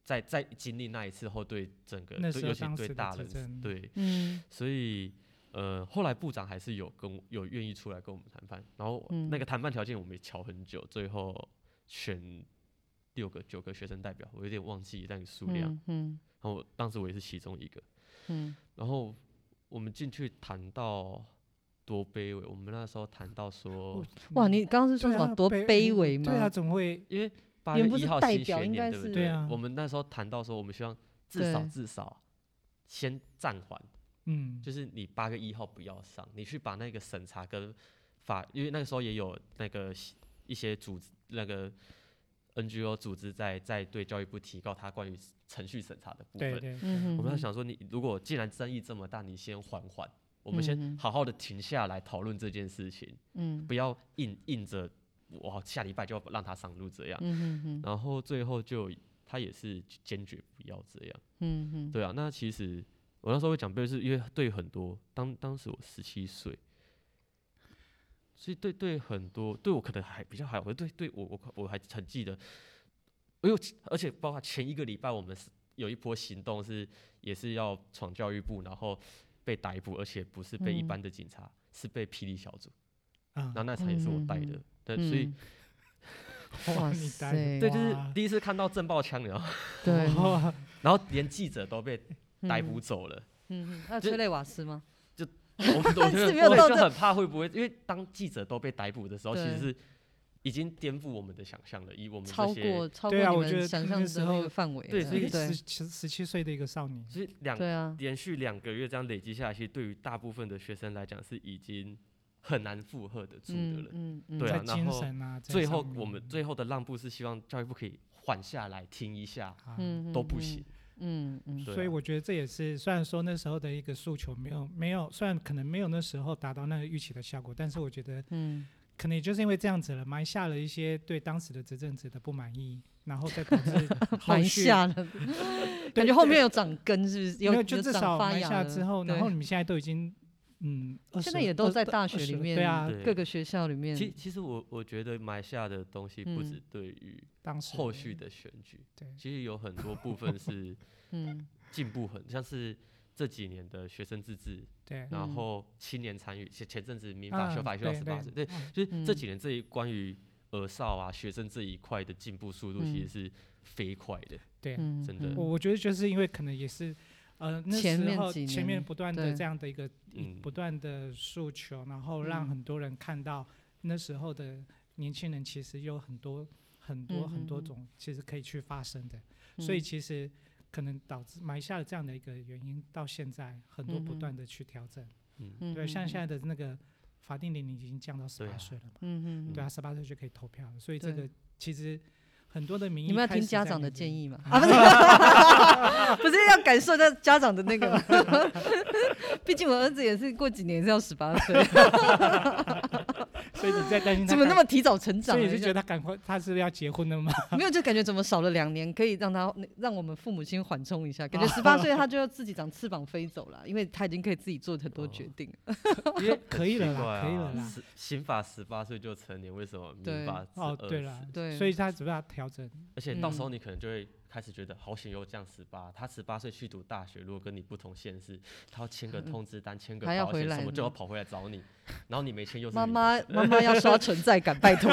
Speaker 3: 在在经历那一次后，对整个
Speaker 1: 那时
Speaker 3: 对尤
Speaker 1: 候
Speaker 3: 其
Speaker 1: 当
Speaker 3: 对
Speaker 1: 时的
Speaker 3: 大
Speaker 1: 执
Speaker 3: 人是
Speaker 1: 政
Speaker 3: 对
Speaker 2: 嗯
Speaker 3: 所以呃，后来部长还是有跟我有愿意出来跟我们谈判，然后
Speaker 2: 嗯
Speaker 3: 那个谈判条件我们也瞧很久，最后选六个九个学生代表，我有点忘记那个数量，
Speaker 2: 嗯嗯
Speaker 3: 然后当时我也是其中一个，
Speaker 2: 嗯
Speaker 3: 然后我们进去谈到。多卑微！我们那时候谈到说
Speaker 1: 我，嗯
Speaker 2: 哇，你刚刚是说
Speaker 1: 对
Speaker 2: 什么
Speaker 1: 啊
Speaker 2: 多
Speaker 1: 卑
Speaker 2: 卑微吗？
Speaker 1: 对啊，怎么会？
Speaker 3: 因为八
Speaker 2: 也
Speaker 3: 月
Speaker 2: 不
Speaker 3: 一
Speaker 2: 是
Speaker 3: 号
Speaker 2: 代
Speaker 3: 新
Speaker 2: 表
Speaker 3: 学
Speaker 2: 应该
Speaker 3: 年，对不
Speaker 2: 是
Speaker 1: 对啊
Speaker 3: 我们那时候谈到说，我们希望至少
Speaker 2: 对
Speaker 3: 至少先暂缓，
Speaker 1: 嗯，
Speaker 3: 就是你八月一号不要上，你去把那个审查跟法，因为那个时候也有那个一些组织那个 NGO 组织在在对教育部提告他关于程序审查的部分
Speaker 1: 对。对，
Speaker 2: 嗯哼，
Speaker 3: 我们在
Speaker 2: 哼
Speaker 3: 想说你，如果既然争议这么大，你先缓缓，我们
Speaker 2: 嗯
Speaker 3: 先
Speaker 2: 哼
Speaker 3: 好好的停下来讨论这件事情，
Speaker 2: 嗯
Speaker 3: 不要硬硬着我下礼拜就要让他上路这样。
Speaker 2: 嗯哼哼
Speaker 3: 然后最后就他也是坚决不要这样。
Speaker 2: 嗯哼，
Speaker 3: 对啊，那其实我那时候会讲贝是因为对很多当当时我十七岁，所以对对很多对我可能还比较还好，可是对对我我我还很记得，哎呦，而且包括前一个礼拜我们是有一波行动是也是要闯教育部，然后被逮捕，而且不是被一
Speaker 2: 嗯
Speaker 3: 般的警察，是被霹雳小组，
Speaker 1: 啊
Speaker 3: 然后，那场也是我带
Speaker 2: 嗯嗯
Speaker 3: 的，
Speaker 2: 嗯
Speaker 3: 但所以
Speaker 2: 嗯哇
Speaker 1: 你带
Speaker 2: 塞，
Speaker 3: 对，就是
Speaker 1: 哇
Speaker 3: 第一次看到震爆枪，然后
Speaker 2: 对，
Speaker 1: 哇，
Speaker 3: 然后连记者都被逮
Speaker 2: 嗯，
Speaker 3: 捕走了。
Speaker 2: 嗯哼，那
Speaker 3: 就
Speaker 2: 催泪瓦斯吗？
Speaker 3: 我我觉
Speaker 2: 是
Speaker 3: 得
Speaker 2: 没有
Speaker 3: 我
Speaker 2: 到
Speaker 3: 就
Speaker 2: 这
Speaker 3: 很怕会不会，因为当记者都被逮捕的时候，其
Speaker 2: 对
Speaker 3: 实是已经颠覆我们的想象了，以我们这
Speaker 2: 超
Speaker 3: 些
Speaker 2: 过超过
Speaker 1: 对啊
Speaker 2: 你
Speaker 1: 我觉
Speaker 2: 们
Speaker 1: 得
Speaker 2: 想
Speaker 1: 那
Speaker 2: 象
Speaker 1: 时
Speaker 2: 的那
Speaker 1: 候
Speaker 2: 个范围了，
Speaker 3: 对所以
Speaker 1: 一个
Speaker 2: 对
Speaker 1: 十十十七岁的一个少年，
Speaker 3: 就是两
Speaker 2: 对啊，
Speaker 3: 连续两个月这样累积下来，其实对于大部分的学生来讲是已经很难负荷得住的
Speaker 2: 嗯
Speaker 3: 了。
Speaker 2: 嗯嗯，
Speaker 3: 对啊
Speaker 1: 在
Speaker 3: 然
Speaker 1: 精
Speaker 3: 后
Speaker 1: 神啊，在
Speaker 3: 最后
Speaker 1: 上
Speaker 3: 我
Speaker 1: 面
Speaker 3: 们最后的让步是希望教育部可以缓下来，停一下
Speaker 1: 啊
Speaker 2: 嗯
Speaker 3: 都不行，，
Speaker 2: 嗯嗯嗯
Speaker 3: 对
Speaker 1: 所以
Speaker 3: 啊
Speaker 1: 我觉得这也是，虽然说那时候的一个诉求没有没有，虽然可能没有那时候达到那个预期的效果，但是我觉得
Speaker 2: 嗯
Speaker 1: 可能也就是因为这样子了，埋下了一些对当时的执政者的不满意，然后再导 致
Speaker 2: 嗯，
Speaker 1: 后
Speaker 2: 埋
Speaker 1: 续
Speaker 2: 下了，感觉后面有长根，是不是？
Speaker 1: 没有就
Speaker 2: 有
Speaker 1: 至
Speaker 2: 长
Speaker 1: 少
Speaker 2: 发
Speaker 1: 埋
Speaker 2: 芽
Speaker 1: 下
Speaker 2: 了
Speaker 1: 之后，然
Speaker 2: 对
Speaker 1: 后你们现在都已经嗯，20
Speaker 2: 现在也都在
Speaker 1: 二
Speaker 2: 大学里
Speaker 1: 20
Speaker 2: 面，
Speaker 1: 对啊，
Speaker 3: 对
Speaker 2: 各个学校里面，
Speaker 3: 其其实我我觉得埋下的东西不
Speaker 2: 嗯
Speaker 3: 止对于
Speaker 1: 当时
Speaker 3: 后续的选举，
Speaker 1: 对
Speaker 3: 其实有很多部分是
Speaker 2: 嗯
Speaker 3: 进步很，像是这几年的学生自治，
Speaker 1: 对，
Speaker 2: 嗯
Speaker 3: 然后青年参与，前前阵子民法修
Speaker 1: 嗯
Speaker 3: 法修到
Speaker 1: 对
Speaker 3: 十八
Speaker 1: 对
Speaker 3: 岁，对，
Speaker 1: 嗯
Speaker 3: 就是这
Speaker 2: 嗯
Speaker 3: 几年这一关于儿少啊、学生这一块的进步速度其实
Speaker 1: 嗯
Speaker 3: 是飞快的，
Speaker 1: 对，
Speaker 2: 嗯，
Speaker 3: 真的
Speaker 1: 我
Speaker 2: 嗯
Speaker 1: 我觉得就是因为可能也是。呃，那
Speaker 2: 前
Speaker 1: 时
Speaker 2: 面
Speaker 1: 候
Speaker 2: 几
Speaker 1: 前面
Speaker 2: 年
Speaker 1: 不断的
Speaker 2: 对
Speaker 1: 这样的一个一
Speaker 3: 嗯
Speaker 1: 不断的诉求，然后让
Speaker 2: 嗯
Speaker 1: 很多人看到那时候的年轻人其实有很多很多
Speaker 2: 嗯
Speaker 1: 很多
Speaker 2: 嗯嗯
Speaker 1: 种其实可以去发生的，所以
Speaker 2: 嗯
Speaker 1: 其实可能导致埋下了这样的一个原因，到现在很多不
Speaker 2: 嗯嗯
Speaker 1: 断的去调整。
Speaker 3: 嗯，
Speaker 2: 嗯
Speaker 1: 对，像
Speaker 2: 嗯
Speaker 1: 现在的那个法定年龄已经降到十
Speaker 3: 对
Speaker 1: 八
Speaker 3: 啊
Speaker 1: 岁了嘛，
Speaker 2: 嗯嗯，
Speaker 1: 对啊，十八岁就可以投票了，所以这
Speaker 2: 对
Speaker 1: 个其实很多的民意
Speaker 2: 你们要
Speaker 1: 开
Speaker 2: 听
Speaker 1: 始
Speaker 2: 家
Speaker 1: 在
Speaker 2: 长
Speaker 1: 那
Speaker 2: 的
Speaker 1: 边
Speaker 2: 建 议嘛？啊，不是， 不是要感受到家长的那个嘛。 毕竟我儿子也是过几年也是要十八 岁，
Speaker 1: 所以你在 担心他
Speaker 2: 怎么那
Speaker 1: 赶
Speaker 2: 么提早成长
Speaker 1: 所
Speaker 2: 啊？
Speaker 1: 以就觉得
Speaker 2: 得
Speaker 1: 他赶快，他是不是要结婚 了吗？
Speaker 2: 没有，就感觉怎么少了两年，可以让他让我们父母亲缓冲一下。感觉 十八岁他就要自己长翅膀飞走了，因为他已经可以自己做很多决定了。
Speaker 3: 因为
Speaker 1: 可以了啦
Speaker 3: 很奇怪啊
Speaker 1: 可以了啦
Speaker 3: 是刑法十八岁就成年，为什么
Speaker 2: 对
Speaker 3: 民法是
Speaker 1: 哦，对
Speaker 3: 二
Speaker 1: 了嗯
Speaker 3: 十？，
Speaker 2: 对
Speaker 1: 所以他只不过要调整，
Speaker 3: 而且到时候你可能就会开始觉得好险有降十八，他十八岁去读大学，如果跟你不同县市，他要签个通知单，签个
Speaker 2: 还要
Speaker 3: 保
Speaker 2: 回
Speaker 3: 险
Speaker 2: 来
Speaker 3: 什么就要
Speaker 2: 呢
Speaker 3: 跑回来找你，然后你没签又是
Speaker 2: 妈
Speaker 3: 你的
Speaker 2: 妈， 妈妈要刷存在感，拜 托。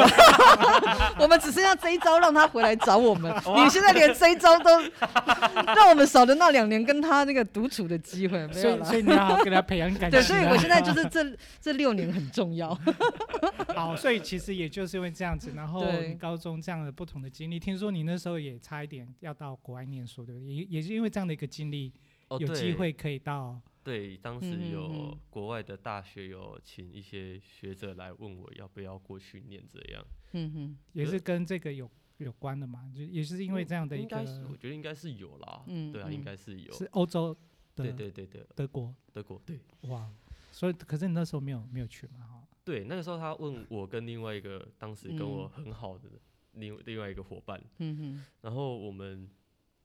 Speaker 2: 我们只剩下这一招，让他回来找我 们。你现在连这一招都 让我们少了那两年跟他那个独处的机会，没
Speaker 1: 所
Speaker 2: 有
Speaker 1: 以
Speaker 2: 了
Speaker 1: 所。以你要好好跟他培养感情
Speaker 2: 对，
Speaker 1: 啊。
Speaker 2: 所以我现在就是这这六年很重要。
Speaker 1: 好，所以其实也就是因为这样子，然后
Speaker 2: 对
Speaker 1: 你高中这样的不同的经历，听说你那时候也差一点要到国外念书，对不对？也也是因为这样的一个经历，
Speaker 3: 哦
Speaker 1: 有机
Speaker 3: 对
Speaker 1: 会可以到
Speaker 3: 对，当
Speaker 2: 嗯
Speaker 3: 时
Speaker 2: 嗯
Speaker 3: 有
Speaker 2: 嗯
Speaker 3: 国外的大学有请一些学者来问我要不要过去念这样，
Speaker 2: 嗯哼，
Speaker 1: 也是跟这个有有关的嘛，就也是因为这样的一
Speaker 3: 嗯应
Speaker 1: 个
Speaker 3: 该是我觉得应该是有啦，
Speaker 2: 嗯
Speaker 3: 对啊，应
Speaker 2: 嗯
Speaker 3: 该是有，
Speaker 1: 是欧洲
Speaker 3: 对
Speaker 1: 的
Speaker 3: 对对对，
Speaker 1: 德国
Speaker 3: 德国对
Speaker 1: 哇，所以可是你那时候没有没有去嘛哈，
Speaker 3: 对，那个时候他问我跟另外一个当时跟我
Speaker 2: 嗯
Speaker 3: 很好的另另外一个伙伴，
Speaker 2: 嗯
Speaker 3: 然后我们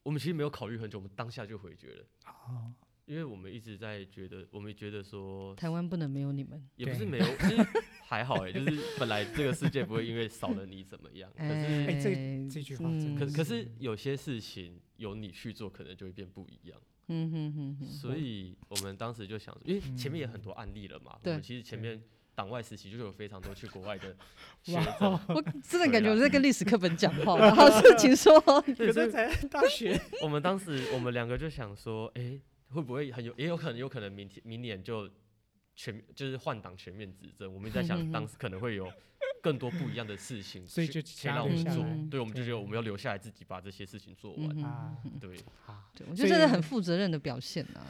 Speaker 3: 我们其实没有考虑很久，我们当下就回绝了，
Speaker 1: 哦，
Speaker 3: 因为我们一直在觉得我们觉得说
Speaker 2: 哼，台湾不能没有你们。
Speaker 3: 也不是
Speaker 1: 对
Speaker 3: 没有，就是还好哎、就是本来这个世界不会因为少了你怎么 样，可是。
Speaker 1: 哎这这句话
Speaker 2: 嗯
Speaker 1: 真
Speaker 3: 可
Speaker 1: 的
Speaker 3: 可是
Speaker 1: 是
Speaker 3: 有些事情由你去做，可能就会变不一样。
Speaker 2: 嗯哼哼哼，
Speaker 3: 所以我们当时就想，因为前面也很多案例了嘛，
Speaker 2: 对
Speaker 3: 我们其实前面党外实习就有非常多去国外 的学
Speaker 1: 哇
Speaker 3: 者，
Speaker 2: 我真的感觉我在跟历史课本讲 话。好，是请说。
Speaker 3: 对
Speaker 1: 可
Speaker 3: 所
Speaker 1: 是
Speaker 3: 以
Speaker 1: 才大学
Speaker 3: 我们当时我们两个就想说，哎、会不会很有，也有可能，有可能明天明年就全就是换党全面执政。我们
Speaker 2: 嗯
Speaker 3: 在
Speaker 2: 嗯
Speaker 3: 想，
Speaker 2: 嗯
Speaker 3: 当时可能会有更多不一样的事情去，
Speaker 1: 所以就
Speaker 3: 先
Speaker 1: 把它
Speaker 3: 让我
Speaker 1: 留
Speaker 3: 们
Speaker 1: 下
Speaker 3: 做
Speaker 1: 来。
Speaker 3: 对，我们就觉
Speaker 1: 对
Speaker 3: 得我们要留下来，自己把这些事情做
Speaker 2: 嗯
Speaker 3: 完。
Speaker 2: 哼
Speaker 1: 啊
Speaker 2: 嗯哼
Speaker 3: 对，
Speaker 1: 啊，
Speaker 2: 对，我觉
Speaker 1: 所
Speaker 2: 得这
Speaker 1: 以
Speaker 2: 是很负责任的表现啊。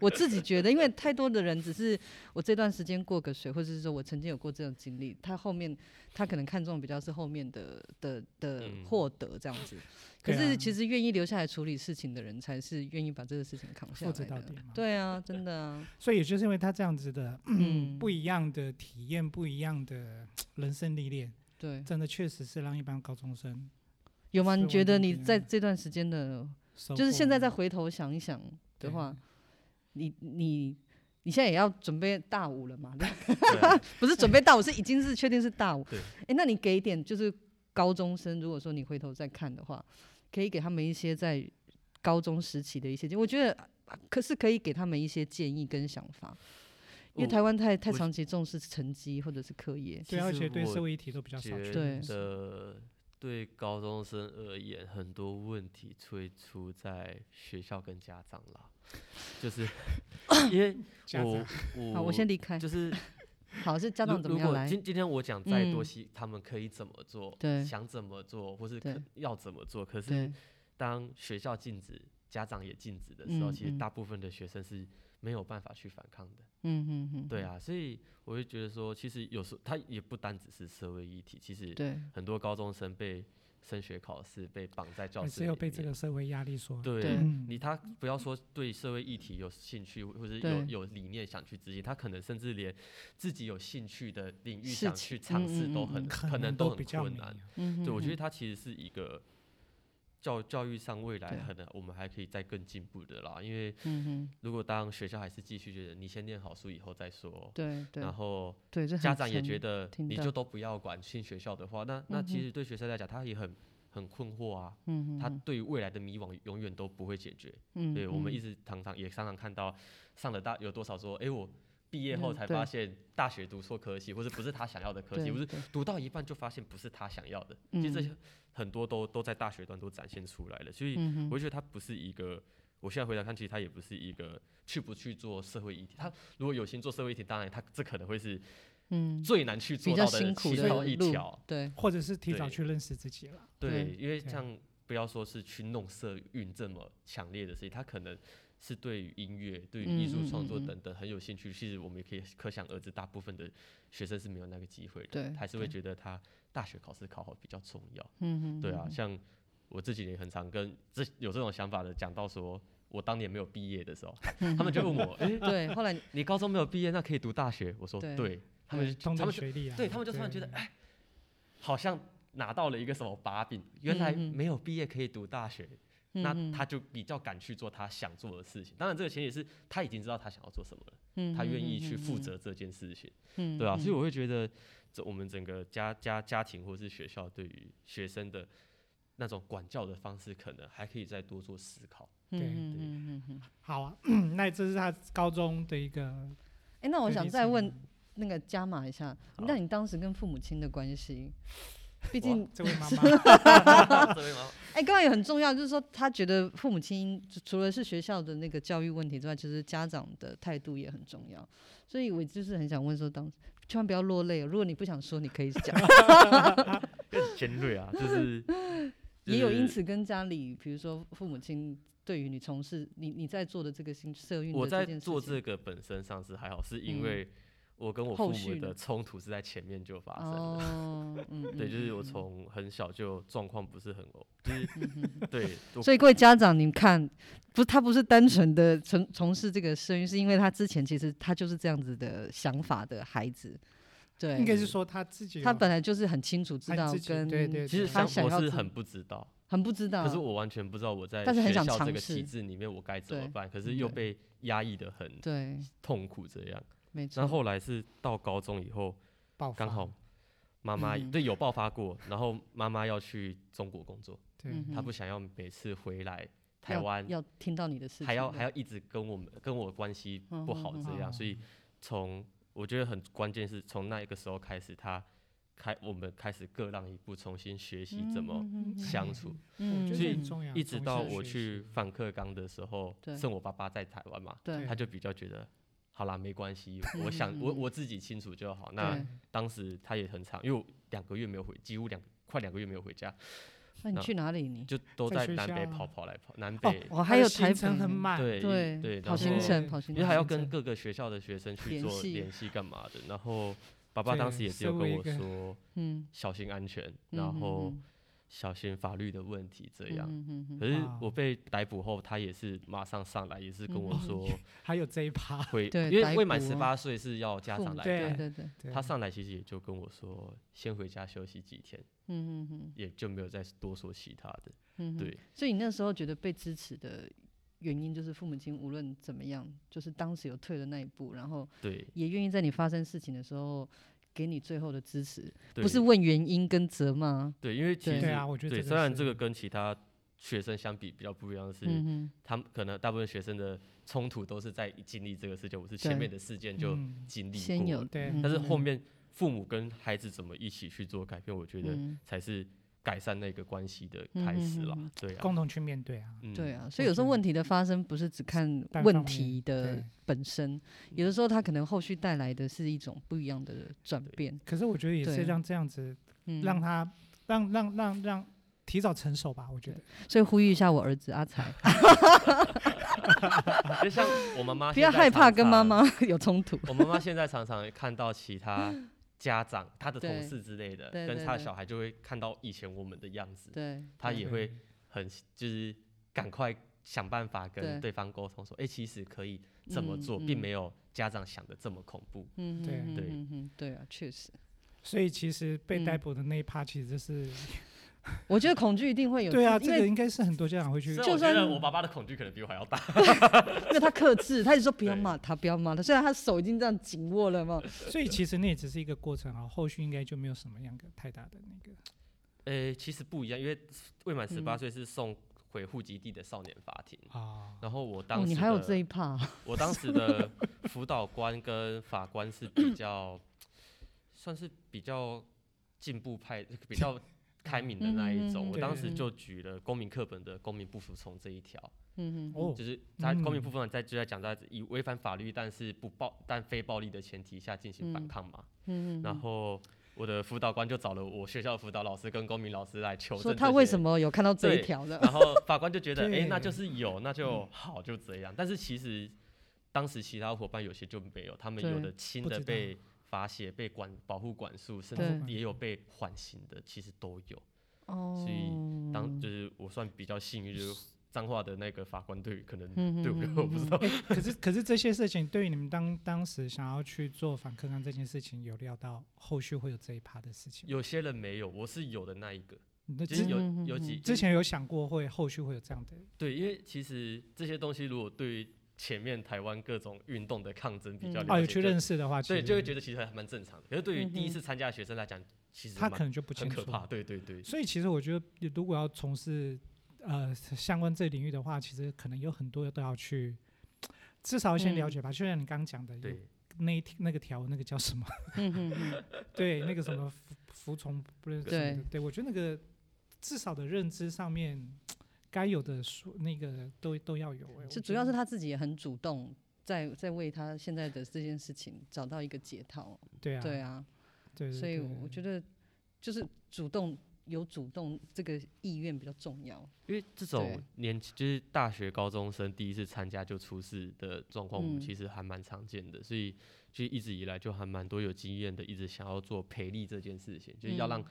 Speaker 2: 我自己觉得，因为太多的人只是我这段时间过个水，或者是说我曾经有过这种经历，他后面他可能看重比较是后面的的的
Speaker 3: 嗯
Speaker 2: 获得这样子。可
Speaker 1: 对啊
Speaker 2: 是其实愿意留下来处理事情的人，才是愿意把这个事情扛下
Speaker 1: 负
Speaker 2: 来
Speaker 1: 责到
Speaker 2: 的
Speaker 1: 底。嘛。
Speaker 2: 对啊，真的 啊，
Speaker 1: 所以也就是因为他这样子的
Speaker 2: 嗯，
Speaker 1: 不一样的体验，不一样的人生历练，
Speaker 2: 对，
Speaker 1: 真的确实是让一般高中生
Speaker 2: 有吗？
Speaker 1: 是
Speaker 2: 你
Speaker 1: 完
Speaker 2: 觉得
Speaker 1: 全不
Speaker 2: 你
Speaker 1: 一样
Speaker 2: 在
Speaker 1: 的
Speaker 2: 这段时间的，
Speaker 1: 收获。
Speaker 2: 就是现在再回头想一想的
Speaker 1: 对
Speaker 2: 话，你你你现在也要准备大五了嘛？
Speaker 3: 对啊
Speaker 2: 不是准备大五，是已经是确定是大五。
Speaker 3: 对
Speaker 2: 哎、那你给一点就是高中生，如果说你回头再看的话，可以给他们一些在高中时期的一些建，我觉得啊可是可以给他们一些建议跟想法，因为
Speaker 3: 我
Speaker 2: 台湾太太
Speaker 3: 我
Speaker 2: 长期重视 成绩或者是课业。
Speaker 1: 对，
Speaker 3: 其
Speaker 1: 而
Speaker 3: 实
Speaker 1: 且对
Speaker 3: 我
Speaker 1: 社会议题都比较少
Speaker 3: 觉
Speaker 1: 去。
Speaker 2: 对
Speaker 3: 得对高中生而言，很多问题会出在学校跟家长啦，就是 因为
Speaker 1: 家
Speaker 3: 我
Speaker 1: 长
Speaker 3: 我
Speaker 2: 好，我先离开。
Speaker 3: 就是
Speaker 2: 好，是家长
Speaker 3: 如
Speaker 2: 怎么
Speaker 3: 如
Speaker 2: 样
Speaker 3: 果
Speaker 2: 来？
Speaker 3: 今今天我讲再多
Speaker 2: 嗯
Speaker 3: 西，他们可以怎么做，
Speaker 2: 对
Speaker 3: 想怎么做，或是
Speaker 2: 对
Speaker 3: 可要怎么做，可是
Speaker 2: 对，
Speaker 3: 当学校禁止，家长也禁止的时
Speaker 2: 嗯
Speaker 3: 候，其实
Speaker 2: 嗯
Speaker 3: 大部分的学生是没有办法去反抗的。
Speaker 2: 嗯嗯嗯，
Speaker 3: 对啊，所以我就觉得说，其实有时候它也不单只是社会议题，其实
Speaker 2: 对，
Speaker 3: 很多高中生被升学考试被绑在教
Speaker 1: 也
Speaker 3: 室
Speaker 1: 是
Speaker 3: 里
Speaker 1: 有
Speaker 3: 面，
Speaker 1: 被这个社会压力所
Speaker 3: 对
Speaker 2: 对
Speaker 1: 嗯
Speaker 3: 你他不要说对社会议题有兴趣，或者有
Speaker 2: 对
Speaker 3: 有理念想去执行，他可能甚至连自己有兴趣的领域
Speaker 2: 事
Speaker 3: 想
Speaker 2: 情
Speaker 3: 去尝试都
Speaker 2: 嗯嗯嗯
Speaker 3: 很
Speaker 2: 嗯
Speaker 1: 可
Speaker 3: 能
Speaker 1: 能
Speaker 3: 都
Speaker 1: 都
Speaker 3: 很
Speaker 1: 比较
Speaker 3: 困
Speaker 1: 没
Speaker 3: 难。
Speaker 1: 有
Speaker 2: 嗯哼
Speaker 3: 对，我觉得
Speaker 2: 哼
Speaker 3: 它其实是一个教教育上未来
Speaker 2: 对
Speaker 3: 可能我们还可以再更进步的啦。因为
Speaker 2: 嗯哼，
Speaker 3: 如果当学校还是继续觉得你先念好书以后再说，
Speaker 2: 对对
Speaker 3: 然后
Speaker 2: 对，这很
Speaker 3: 啊家长也
Speaker 2: 沉
Speaker 3: 觉得
Speaker 2: 听
Speaker 3: 你
Speaker 2: 到
Speaker 3: 就都不要管进学校的话，那那
Speaker 2: 嗯
Speaker 3: 其
Speaker 2: 哼
Speaker 3: 实对学生来讲，他也很很困惑啊。
Speaker 2: 嗯哼
Speaker 3: 他
Speaker 2: 哼
Speaker 3: 对于未来的迷惘永远都不会解决。
Speaker 2: 嗯，
Speaker 3: 对，我们
Speaker 2: 嗯
Speaker 3: 一直常常也常常看到上了大有多少说，哎、我毕业后
Speaker 2: 嗯
Speaker 3: 才
Speaker 2: 对
Speaker 3: 发现大学读错科系，或者不是他想要 的科系，
Speaker 2: 对
Speaker 3: 不是
Speaker 2: 对
Speaker 3: 读到一半就发现不是他想要的。其实这
Speaker 2: 嗯
Speaker 3: 些很多都都在大学端都展现出来了，所以
Speaker 2: 嗯哼
Speaker 3: 我就觉得它不是一个。我现在回来看，其实它也不是一个去不去做社会议题。他如果有心做社会议题，当然他这可能会是
Speaker 2: 嗯
Speaker 3: 最难去
Speaker 2: 比
Speaker 3: 做
Speaker 2: 较
Speaker 3: 到
Speaker 2: 辛苦
Speaker 3: 其
Speaker 2: 的
Speaker 3: 中一
Speaker 2: 路
Speaker 3: 条。
Speaker 2: 对，
Speaker 1: 或者是提早
Speaker 3: 对
Speaker 1: 去认识自己了。
Speaker 3: 对，因为
Speaker 1: 对
Speaker 3: 像不要说是去弄社运这么强烈的事情，他可能是对于音乐、对于艺术
Speaker 2: 嗯嗯
Speaker 3: 创作
Speaker 2: 嗯嗯
Speaker 3: 等等很有兴趣。其实我们也可以可想而知，大部分的学生是没有那个机会
Speaker 2: 对
Speaker 3: 的，还是会
Speaker 2: 对
Speaker 3: 觉得他大学考试考好比较重要。
Speaker 2: 嗯哼，
Speaker 3: 对啊，
Speaker 2: 哼
Speaker 3: 像我这几年很常跟这有这种想法的讲到说。我当年没有毕业的 时候，他们就问我：“哎、
Speaker 2: 嗯哼 对，后来你
Speaker 3: 你高中没有毕业，那可以读大学？”我说：“
Speaker 2: 对
Speaker 3: 对。他们就
Speaker 1: 通
Speaker 3: 他
Speaker 1: 常
Speaker 3: 们就
Speaker 1: 学历啊，
Speaker 3: 对他们就突然觉得，哎，好像拿到了一个什么把柄，原来
Speaker 2: 嗯嗯
Speaker 3: 没有毕业可以读大学，
Speaker 2: 嗯
Speaker 3: 那
Speaker 2: 哼
Speaker 3: 他就比较敢去做他想做的事情。当然，这个前提是他已经知道他想要做什么了，
Speaker 2: 嗯
Speaker 3: 他
Speaker 2: 哼
Speaker 3: 愿意
Speaker 2: 哼
Speaker 3: 去
Speaker 2: 哼
Speaker 3: 负
Speaker 2: 哼
Speaker 3: 责这件事情，
Speaker 2: 嗯
Speaker 3: 对啊，所
Speaker 2: 嗯
Speaker 3: 以我会觉得，这我们整个家家家庭或是学校对于学生的那种管教的方式，可能还可以再多做思考。
Speaker 1: 对
Speaker 2: 嗯
Speaker 3: 对
Speaker 2: 嗯嗯嗯。
Speaker 1: 好啊。 那这是他高中的一个
Speaker 2: 哎，那我
Speaker 1: 对
Speaker 2: 想
Speaker 1: 立
Speaker 2: 再
Speaker 1: 性
Speaker 2: 问那个加码一下，
Speaker 3: 好
Speaker 2: 那你当时跟父母亲的关系，毕
Speaker 3: 哇
Speaker 2: 竟
Speaker 1: 这位妈妈，
Speaker 3: 这位妈妈
Speaker 2: 哎，刚刚也很重要，就是说他觉得父母亲除除了是学校的那个教育问题之外，其实家长的态度也很重要。所以我就是很想问说，当千万不要落泪哦，如果你不想说，你可以 讲。
Speaker 3: 更尖锐啊，就是。
Speaker 2: 也有因
Speaker 3: 就是
Speaker 2: 此跟家里，比如说父母亲对于你从事你你在做的这个新社运的
Speaker 3: 我在
Speaker 2: 这件事
Speaker 3: 做
Speaker 2: 情
Speaker 3: 这个本身上是还好，是
Speaker 2: 嗯
Speaker 3: 因为我跟我
Speaker 2: 后
Speaker 3: 父
Speaker 2: 续
Speaker 3: 母
Speaker 2: 呢
Speaker 3: 的冲突是在前面就发生了。
Speaker 2: 哦，嗯，
Speaker 3: 对，
Speaker 2: 嗯
Speaker 3: 就是我。
Speaker 2: 嗯嗯嗯
Speaker 3: 从很小就状况不是很哦，就是对，我
Speaker 2: 所以各位家长，你们看，不，他不是单纯的从从事这个生育，是因为他之前其实他就是这样子的想法的孩子，
Speaker 1: 应该
Speaker 2: 对，
Speaker 1: 是说他自己有，
Speaker 2: 他本来就是很清楚知
Speaker 1: 他
Speaker 2: 道
Speaker 1: 自己
Speaker 2: 跟
Speaker 1: 对对，
Speaker 3: 其实
Speaker 1: 他
Speaker 2: 他
Speaker 3: 像
Speaker 2: 想要
Speaker 3: 我是
Speaker 2: 自
Speaker 3: 很不知道，
Speaker 2: 很不知道，
Speaker 3: 可是我完全不知道我在
Speaker 2: 但是很
Speaker 3: 学
Speaker 2: 想
Speaker 3: 校这
Speaker 2: 尝
Speaker 3: 个
Speaker 2: 试
Speaker 3: 体制里面我该怎么
Speaker 2: 对
Speaker 3: 办，可是又
Speaker 2: 对
Speaker 3: 被压抑的很
Speaker 2: 对，
Speaker 3: 痛苦这样。
Speaker 2: 没错。
Speaker 3: 然后后来是到高中以后，
Speaker 1: 爆发
Speaker 3: 刚好妈妈
Speaker 2: 嗯
Speaker 3: 对有爆发过，然后妈妈要去中国工作，
Speaker 1: 对
Speaker 2: 嗯
Speaker 3: 她
Speaker 2: 哼
Speaker 3: 不想要每次回来台
Speaker 2: 要
Speaker 3: 湾
Speaker 2: 要听到你的事情，
Speaker 3: 还要还要一直跟我们跟我关系不好
Speaker 2: 嗯
Speaker 3: 这样，所以从我觉得很关键是从那一个时候开始，他开我们开始各让一步，重新学习
Speaker 2: 嗯
Speaker 3: 怎么相处。
Speaker 1: 我觉得
Speaker 3: 所以
Speaker 1: 很重要，
Speaker 3: 嗯一直
Speaker 1: 嗯重
Speaker 3: 到
Speaker 1: 新
Speaker 3: 我
Speaker 1: 学
Speaker 3: 去
Speaker 1: 习
Speaker 3: 反课纲的时候
Speaker 2: 对，
Speaker 3: 剩我爸爸在台湾嘛，
Speaker 2: 对
Speaker 3: 他就比较觉得好啦，没关系，我想我我自己清楚就好。那
Speaker 2: 嗯对
Speaker 3: 当时他也很长，因为我两个月没有回，几乎两快两个月没有回家，
Speaker 2: 那你
Speaker 3: 那
Speaker 2: 去哪里你？
Speaker 3: 就都
Speaker 1: 在
Speaker 3: 在
Speaker 1: 学
Speaker 3: 南北
Speaker 1: 校
Speaker 3: 跑跑来跑南
Speaker 1: 哦
Speaker 3: 北，
Speaker 2: 哦，
Speaker 1: 它
Speaker 2: 还
Speaker 1: 的
Speaker 2: 有
Speaker 1: 行
Speaker 2: 台北
Speaker 1: 程很满，
Speaker 3: 对
Speaker 2: 对
Speaker 3: 对，
Speaker 2: 跑
Speaker 3: 然
Speaker 2: 行
Speaker 3: 后
Speaker 2: 程，跑行
Speaker 3: 因为还
Speaker 2: 程。嗯
Speaker 3: 要
Speaker 1: 行
Speaker 3: 跟
Speaker 1: 程
Speaker 3: 各个学校的学生去
Speaker 2: 联
Speaker 3: 做
Speaker 2: 系
Speaker 3: 联系干嘛的。然后爸爸当时
Speaker 1: 对
Speaker 3: 也只有
Speaker 1: 身
Speaker 3: 跟
Speaker 1: 为一
Speaker 3: 我
Speaker 1: 个
Speaker 3: 说
Speaker 2: 嗯，
Speaker 3: 小心安全，
Speaker 2: 嗯
Speaker 3: 然
Speaker 2: 嗯
Speaker 3: 后
Speaker 2: 嗯
Speaker 3: 小心法律的问题这样。
Speaker 2: 嗯嗯嗯
Speaker 3: 可是
Speaker 1: 哇
Speaker 3: 我被逮捕后，他也是马上上来，也是跟我
Speaker 2: 嗯
Speaker 3: 说
Speaker 1: 还有这一趴，
Speaker 3: 会，
Speaker 2: 对
Speaker 3: 因
Speaker 2: 逮
Speaker 3: 为未满
Speaker 2: 捕
Speaker 3: 十
Speaker 2: 哦
Speaker 3: 八岁是要家
Speaker 2: 父
Speaker 3: 长
Speaker 2: 母
Speaker 3: 来
Speaker 1: 对
Speaker 2: 对
Speaker 3: 带。
Speaker 2: 对对，
Speaker 1: 对
Speaker 3: 他上来其实也就跟我说，先回家休息几天，
Speaker 2: 嗯嗯嗯
Speaker 3: 也就没有再多说其他的。
Speaker 2: 嗯，
Speaker 3: 对。
Speaker 2: 所以你那时候觉得被支持的原因，就是父母亲无论怎么样，就是当时有退的那一步，然后
Speaker 3: 对，
Speaker 2: 也愿意在你发生事情的时候给你最后的支持，
Speaker 3: 对
Speaker 2: 不是问原因跟责骂。
Speaker 3: 对，因为其
Speaker 2: 对
Speaker 3: 实
Speaker 1: 对啊，我觉得
Speaker 3: 对，
Speaker 1: 个
Speaker 3: 虽然
Speaker 1: 是
Speaker 3: 这个跟其他学生相比比较不一样的是，
Speaker 2: 嗯哼，
Speaker 3: 他们可能大部分学生的冲突都是在经历这个事件，我是前
Speaker 2: 对
Speaker 3: 面的事件就
Speaker 1: 嗯
Speaker 3: 经历
Speaker 2: 先
Speaker 3: 过
Speaker 2: 有
Speaker 3: 了，
Speaker 1: 对
Speaker 2: 嗯
Speaker 3: 但是后
Speaker 2: 嗯
Speaker 3: 面父母跟孩子怎么一起去做改变，我觉得
Speaker 2: 嗯
Speaker 3: 才是改善那个关系的开始啦
Speaker 2: 嗯嗯嗯嗯。
Speaker 3: 对啊，
Speaker 1: 共同去面对啊，
Speaker 3: 嗯
Speaker 2: 对，啊，所
Speaker 1: 我
Speaker 2: 以有时
Speaker 1: 觉
Speaker 2: 候
Speaker 1: 得
Speaker 2: 问题的发生不是只看
Speaker 1: 单
Speaker 2: 问
Speaker 1: 方
Speaker 2: 题
Speaker 1: 面
Speaker 2: 的
Speaker 1: 对
Speaker 2: 本身，有
Speaker 3: 嗯
Speaker 2: 的时候它可能后续带来的是一种不一样的转
Speaker 3: 对
Speaker 2: 变。
Speaker 1: 可是我觉得也
Speaker 2: 对
Speaker 1: 是让这样子，
Speaker 2: 嗯，
Speaker 1: 让他让让让让提早成熟吧，我觉得。
Speaker 2: 所以呼吁一下我儿子阿 才，
Speaker 3: 就像我妈 妈
Speaker 2: 不要
Speaker 3: 现在
Speaker 2: 害怕
Speaker 3: 常
Speaker 2: 跟妈
Speaker 3: 常
Speaker 2: 妈 有冲突。
Speaker 3: 我妈妈现在常常看到 其他家长、她的同
Speaker 2: 对
Speaker 3: 事之类的，
Speaker 2: 对
Speaker 3: 跟
Speaker 2: 对
Speaker 3: 她的
Speaker 2: 对
Speaker 3: 小孩就会看到以前我们的样子，
Speaker 2: 对，
Speaker 3: 她
Speaker 2: 对
Speaker 3: 也会很就是赶快想办法
Speaker 2: 对
Speaker 3: 跟对方沟通说，哎、其实可以这么
Speaker 2: 嗯
Speaker 3: 做，并
Speaker 2: 嗯
Speaker 3: 没有家长想的这么恐怖。
Speaker 2: 嗯
Speaker 1: 对
Speaker 2: 哼
Speaker 3: 对
Speaker 2: 哼哼哼对啊，确实，
Speaker 1: 所以其实被逮
Speaker 2: 嗯
Speaker 1: 捕的那一趴，其实就是、
Speaker 2: 我觉得恐惧一定会有，
Speaker 1: 对啊，
Speaker 2: 因
Speaker 1: 这个
Speaker 2: 为
Speaker 1: 应该是很多家长会去
Speaker 3: 虽然
Speaker 2: 就
Speaker 3: 我觉得
Speaker 2: 算
Speaker 3: 我爸爸的恐惧可能比我还要大，
Speaker 2: 因为他克制，他一直说不要
Speaker 3: 对
Speaker 2: 骂他，不要骂他，虽然他手已经这样紧握了嘛，哦
Speaker 1: 所以其实那也只是一个过程啊，后续应该就没有什么样的太大的那个。
Speaker 3: 呃、其实不一样，因为未满十
Speaker 2: 嗯
Speaker 3: 八岁是送回户籍地的少年法庭。
Speaker 1: 啊、
Speaker 3: 然后我当
Speaker 2: 哦，
Speaker 3: 时
Speaker 2: 你还有
Speaker 3: 的
Speaker 2: 这一趴 啊，
Speaker 3: 我当时的辅导官跟法官是比较，算是比较进步派、比较开明的那一
Speaker 2: 嗯嗯
Speaker 3: 种。
Speaker 2: 嗯
Speaker 3: 我当时
Speaker 2: 对
Speaker 3: 就举了公民课本的公民不服从这一条，
Speaker 2: 嗯哼，
Speaker 1: 哦
Speaker 3: 就，是在公民
Speaker 1: 嗯
Speaker 3: 不服从在就在讲到以违反法律但是不暴但非暴力的前提下进
Speaker 2: 嗯
Speaker 3: 行反抗嘛。
Speaker 2: 嗯哼
Speaker 3: 然
Speaker 2: 哼，
Speaker 3: 后我的辅导官就找了我学校的辅导老师跟公民老师来求
Speaker 2: 嗯说
Speaker 3: 证
Speaker 2: 他
Speaker 3: 这
Speaker 2: 为
Speaker 3: 些
Speaker 2: 什么有看到这一
Speaker 3: 对
Speaker 2: 条 的，
Speaker 3: 然后法官就 觉得，哎、那
Speaker 1: 对
Speaker 3: 就是
Speaker 2: 嗯
Speaker 3: 有，那就好，就这样。但是其实当时其他伙伴有些就没有，他们有
Speaker 2: 对
Speaker 3: 的轻
Speaker 1: 不
Speaker 3: 的
Speaker 1: 知道
Speaker 3: 被罚写、被管保护管束，甚
Speaker 1: 对
Speaker 3: 至也有被缓刑的，其实都有。
Speaker 2: 哦，
Speaker 3: 以当就是我算比较幸运，就是彰化的那个法官对于可能
Speaker 2: 嗯
Speaker 3: 对
Speaker 2: 哼
Speaker 3: 我
Speaker 2: 哼
Speaker 3: 我不知道，
Speaker 1: 可是可是这些事情对于你们当当时想要去做反客纲这件事情，有料到后续会有这一趴的事情吗？
Speaker 3: 有些人没有，我是有的那一个。
Speaker 1: 那
Speaker 3: 其实
Speaker 1: 之
Speaker 3: 有
Speaker 2: 嗯
Speaker 3: 有几
Speaker 1: 之前有想过会后续会有这样的，
Speaker 3: 对，因为其实这些东西如果对于前面台湾各种运动的抗争比较
Speaker 2: 嗯
Speaker 1: 哦，
Speaker 3: 了
Speaker 1: 有
Speaker 3: 解
Speaker 1: 去
Speaker 3: 就，
Speaker 1: 认识的话，
Speaker 3: 对，
Speaker 1: 其
Speaker 3: 就会
Speaker 1: 实
Speaker 3: 觉得其实还蛮正常的。可是对于第一次参加的学生来讲，其实
Speaker 1: 他
Speaker 3: 蛮
Speaker 1: 可能就不
Speaker 3: 很
Speaker 1: 清
Speaker 3: 可
Speaker 1: 楚。
Speaker 3: 怕，对对对，
Speaker 1: 所以其实我觉得，如果要从事呃相关这领域的话，其实可能有很多都要去，至少先了
Speaker 2: 嗯
Speaker 1: 解吧。就像你刚刚讲的，有
Speaker 3: 对
Speaker 1: 那一那个条那个叫什么？
Speaker 2: 嗯哼哼，
Speaker 1: 对，那个什么服服从不是什么的
Speaker 2: 对
Speaker 1: 对我觉得那个至少的认知上面，该有的说那个都都要有、欸。
Speaker 2: 就
Speaker 1: 我
Speaker 2: 主
Speaker 1: 觉
Speaker 2: 要
Speaker 1: 得
Speaker 2: 是他自己也很主动，在在为他现在的这件事情找到一个解套，
Speaker 1: 对啊，
Speaker 2: 对
Speaker 1: 啊，
Speaker 2: 啊，
Speaker 1: 对
Speaker 2: 所以我
Speaker 1: 得
Speaker 2: 觉得就是主动有主动这个意愿比较重要，
Speaker 3: 因为
Speaker 2: 对
Speaker 3: 这种年纪就是大学高中生第一次参加就出事的状况，我
Speaker 2: 嗯
Speaker 3: 们其实还蛮常见的，所以就一直以来就还蛮多有经验的，一直想要做培力这件事情，就是要让
Speaker 2: 嗯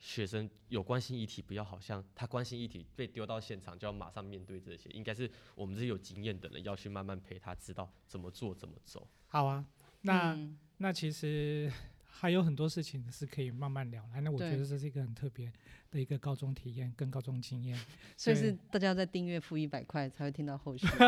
Speaker 3: 学生有关心议题，不要好像他关心议题被丢到现场就要马上面对这些，应该是我们这些有经验的人要去慢慢陪他知道怎么做怎么走。
Speaker 1: 好啊。 那、
Speaker 2: 嗯
Speaker 1: 那其实还有很多事情是可以慢慢聊来。那我觉
Speaker 2: 对
Speaker 1: 得这是一个很特别的一个高中体验跟高中经 验。
Speaker 2: 所以
Speaker 1: 对
Speaker 2: 是大家要再订阅付一百块才会听到 后续。没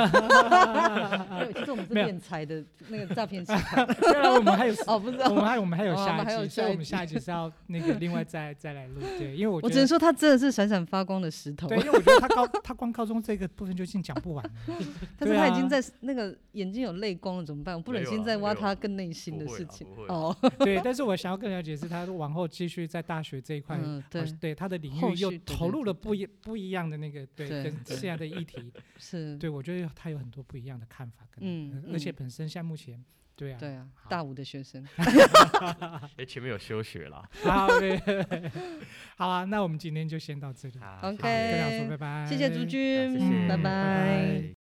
Speaker 2: 有，其实我们是
Speaker 1: 没有
Speaker 2: 敛财的 那个 诈骗集团。
Speaker 1: 虽然我们还有
Speaker 2: 哦，不知
Speaker 1: 我
Speaker 2: 道，
Speaker 1: 们还我们还有
Speaker 2: 哦我们
Speaker 1: 下
Speaker 2: 还有
Speaker 1: 一集，所以
Speaker 2: 下
Speaker 1: 我
Speaker 2: 一
Speaker 1: 们
Speaker 2: 集
Speaker 1: 下一集是要那个另外再 再来录，对，因为我
Speaker 2: 我
Speaker 1: 觉
Speaker 2: 只能
Speaker 1: 得。
Speaker 2: 说他真的是闪闪发光的石头啊
Speaker 1: 对，，因为我觉得他高， 他光高中这个部分就已经讲不完了。
Speaker 2: 但是
Speaker 1: 对
Speaker 2: 他
Speaker 1: 啊
Speaker 2: 已经在那个眼睛有泪光了，怎么办？我不忍
Speaker 3: 没有
Speaker 2: 心
Speaker 3: 啊
Speaker 2: 再
Speaker 3: 没
Speaker 2: 挖
Speaker 3: 有啊
Speaker 2: 他更内心的
Speaker 3: 不会
Speaker 2: 事
Speaker 3: 啊
Speaker 2: 情
Speaker 3: 不会。啊
Speaker 2: 哦，
Speaker 1: 对，但是是我想要更了解是他往后继续在大学这一块，
Speaker 2: 嗯，
Speaker 1: 哎好
Speaker 2: 对，
Speaker 1: 对他的领
Speaker 2: 后
Speaker 1: 域
Speaker 2: 续
Speaker 1: 又
Speaker 2: 对对
Speaker 1: 投入
Speaker 2: 对
Speaker 1: 了
Speaker 2: 对
Speaker 1: 不一不一样的那个对
Speaker 2: 对
Speaker 1: 跟
Speaker 2: 对
Speaker 1: 现在的 议题，
Speaker 2: 是，
Speaker 1: 对我觉得他有很多不一样的看法跟，
Speaker 2: 嗯
Speaker 1: 而且
Speaker 2: 嗯
Speaker 1: 本身像目前对啊，
Speaker 2: 对啊，
Speaker 1: 好
Speaker 2: 大五的学生，
Speaker 3: 哎，前面有休学啦。
Speaker 1: 好，对 好啊，那我们今天就先到这里，
Speaker 3: 好
Speaker 1: 跟大家说
Speaker 2: OK
Speaker 1: 拜拜，
Speaker 2: 谢谢竹
Speaker 3: 谢
Speaker 2: 君，
Speaker 3: 谢，
Speaker 1: 拜
Speaker 2: 拜
Speaker 1: 拜
Speaker 2: 拜。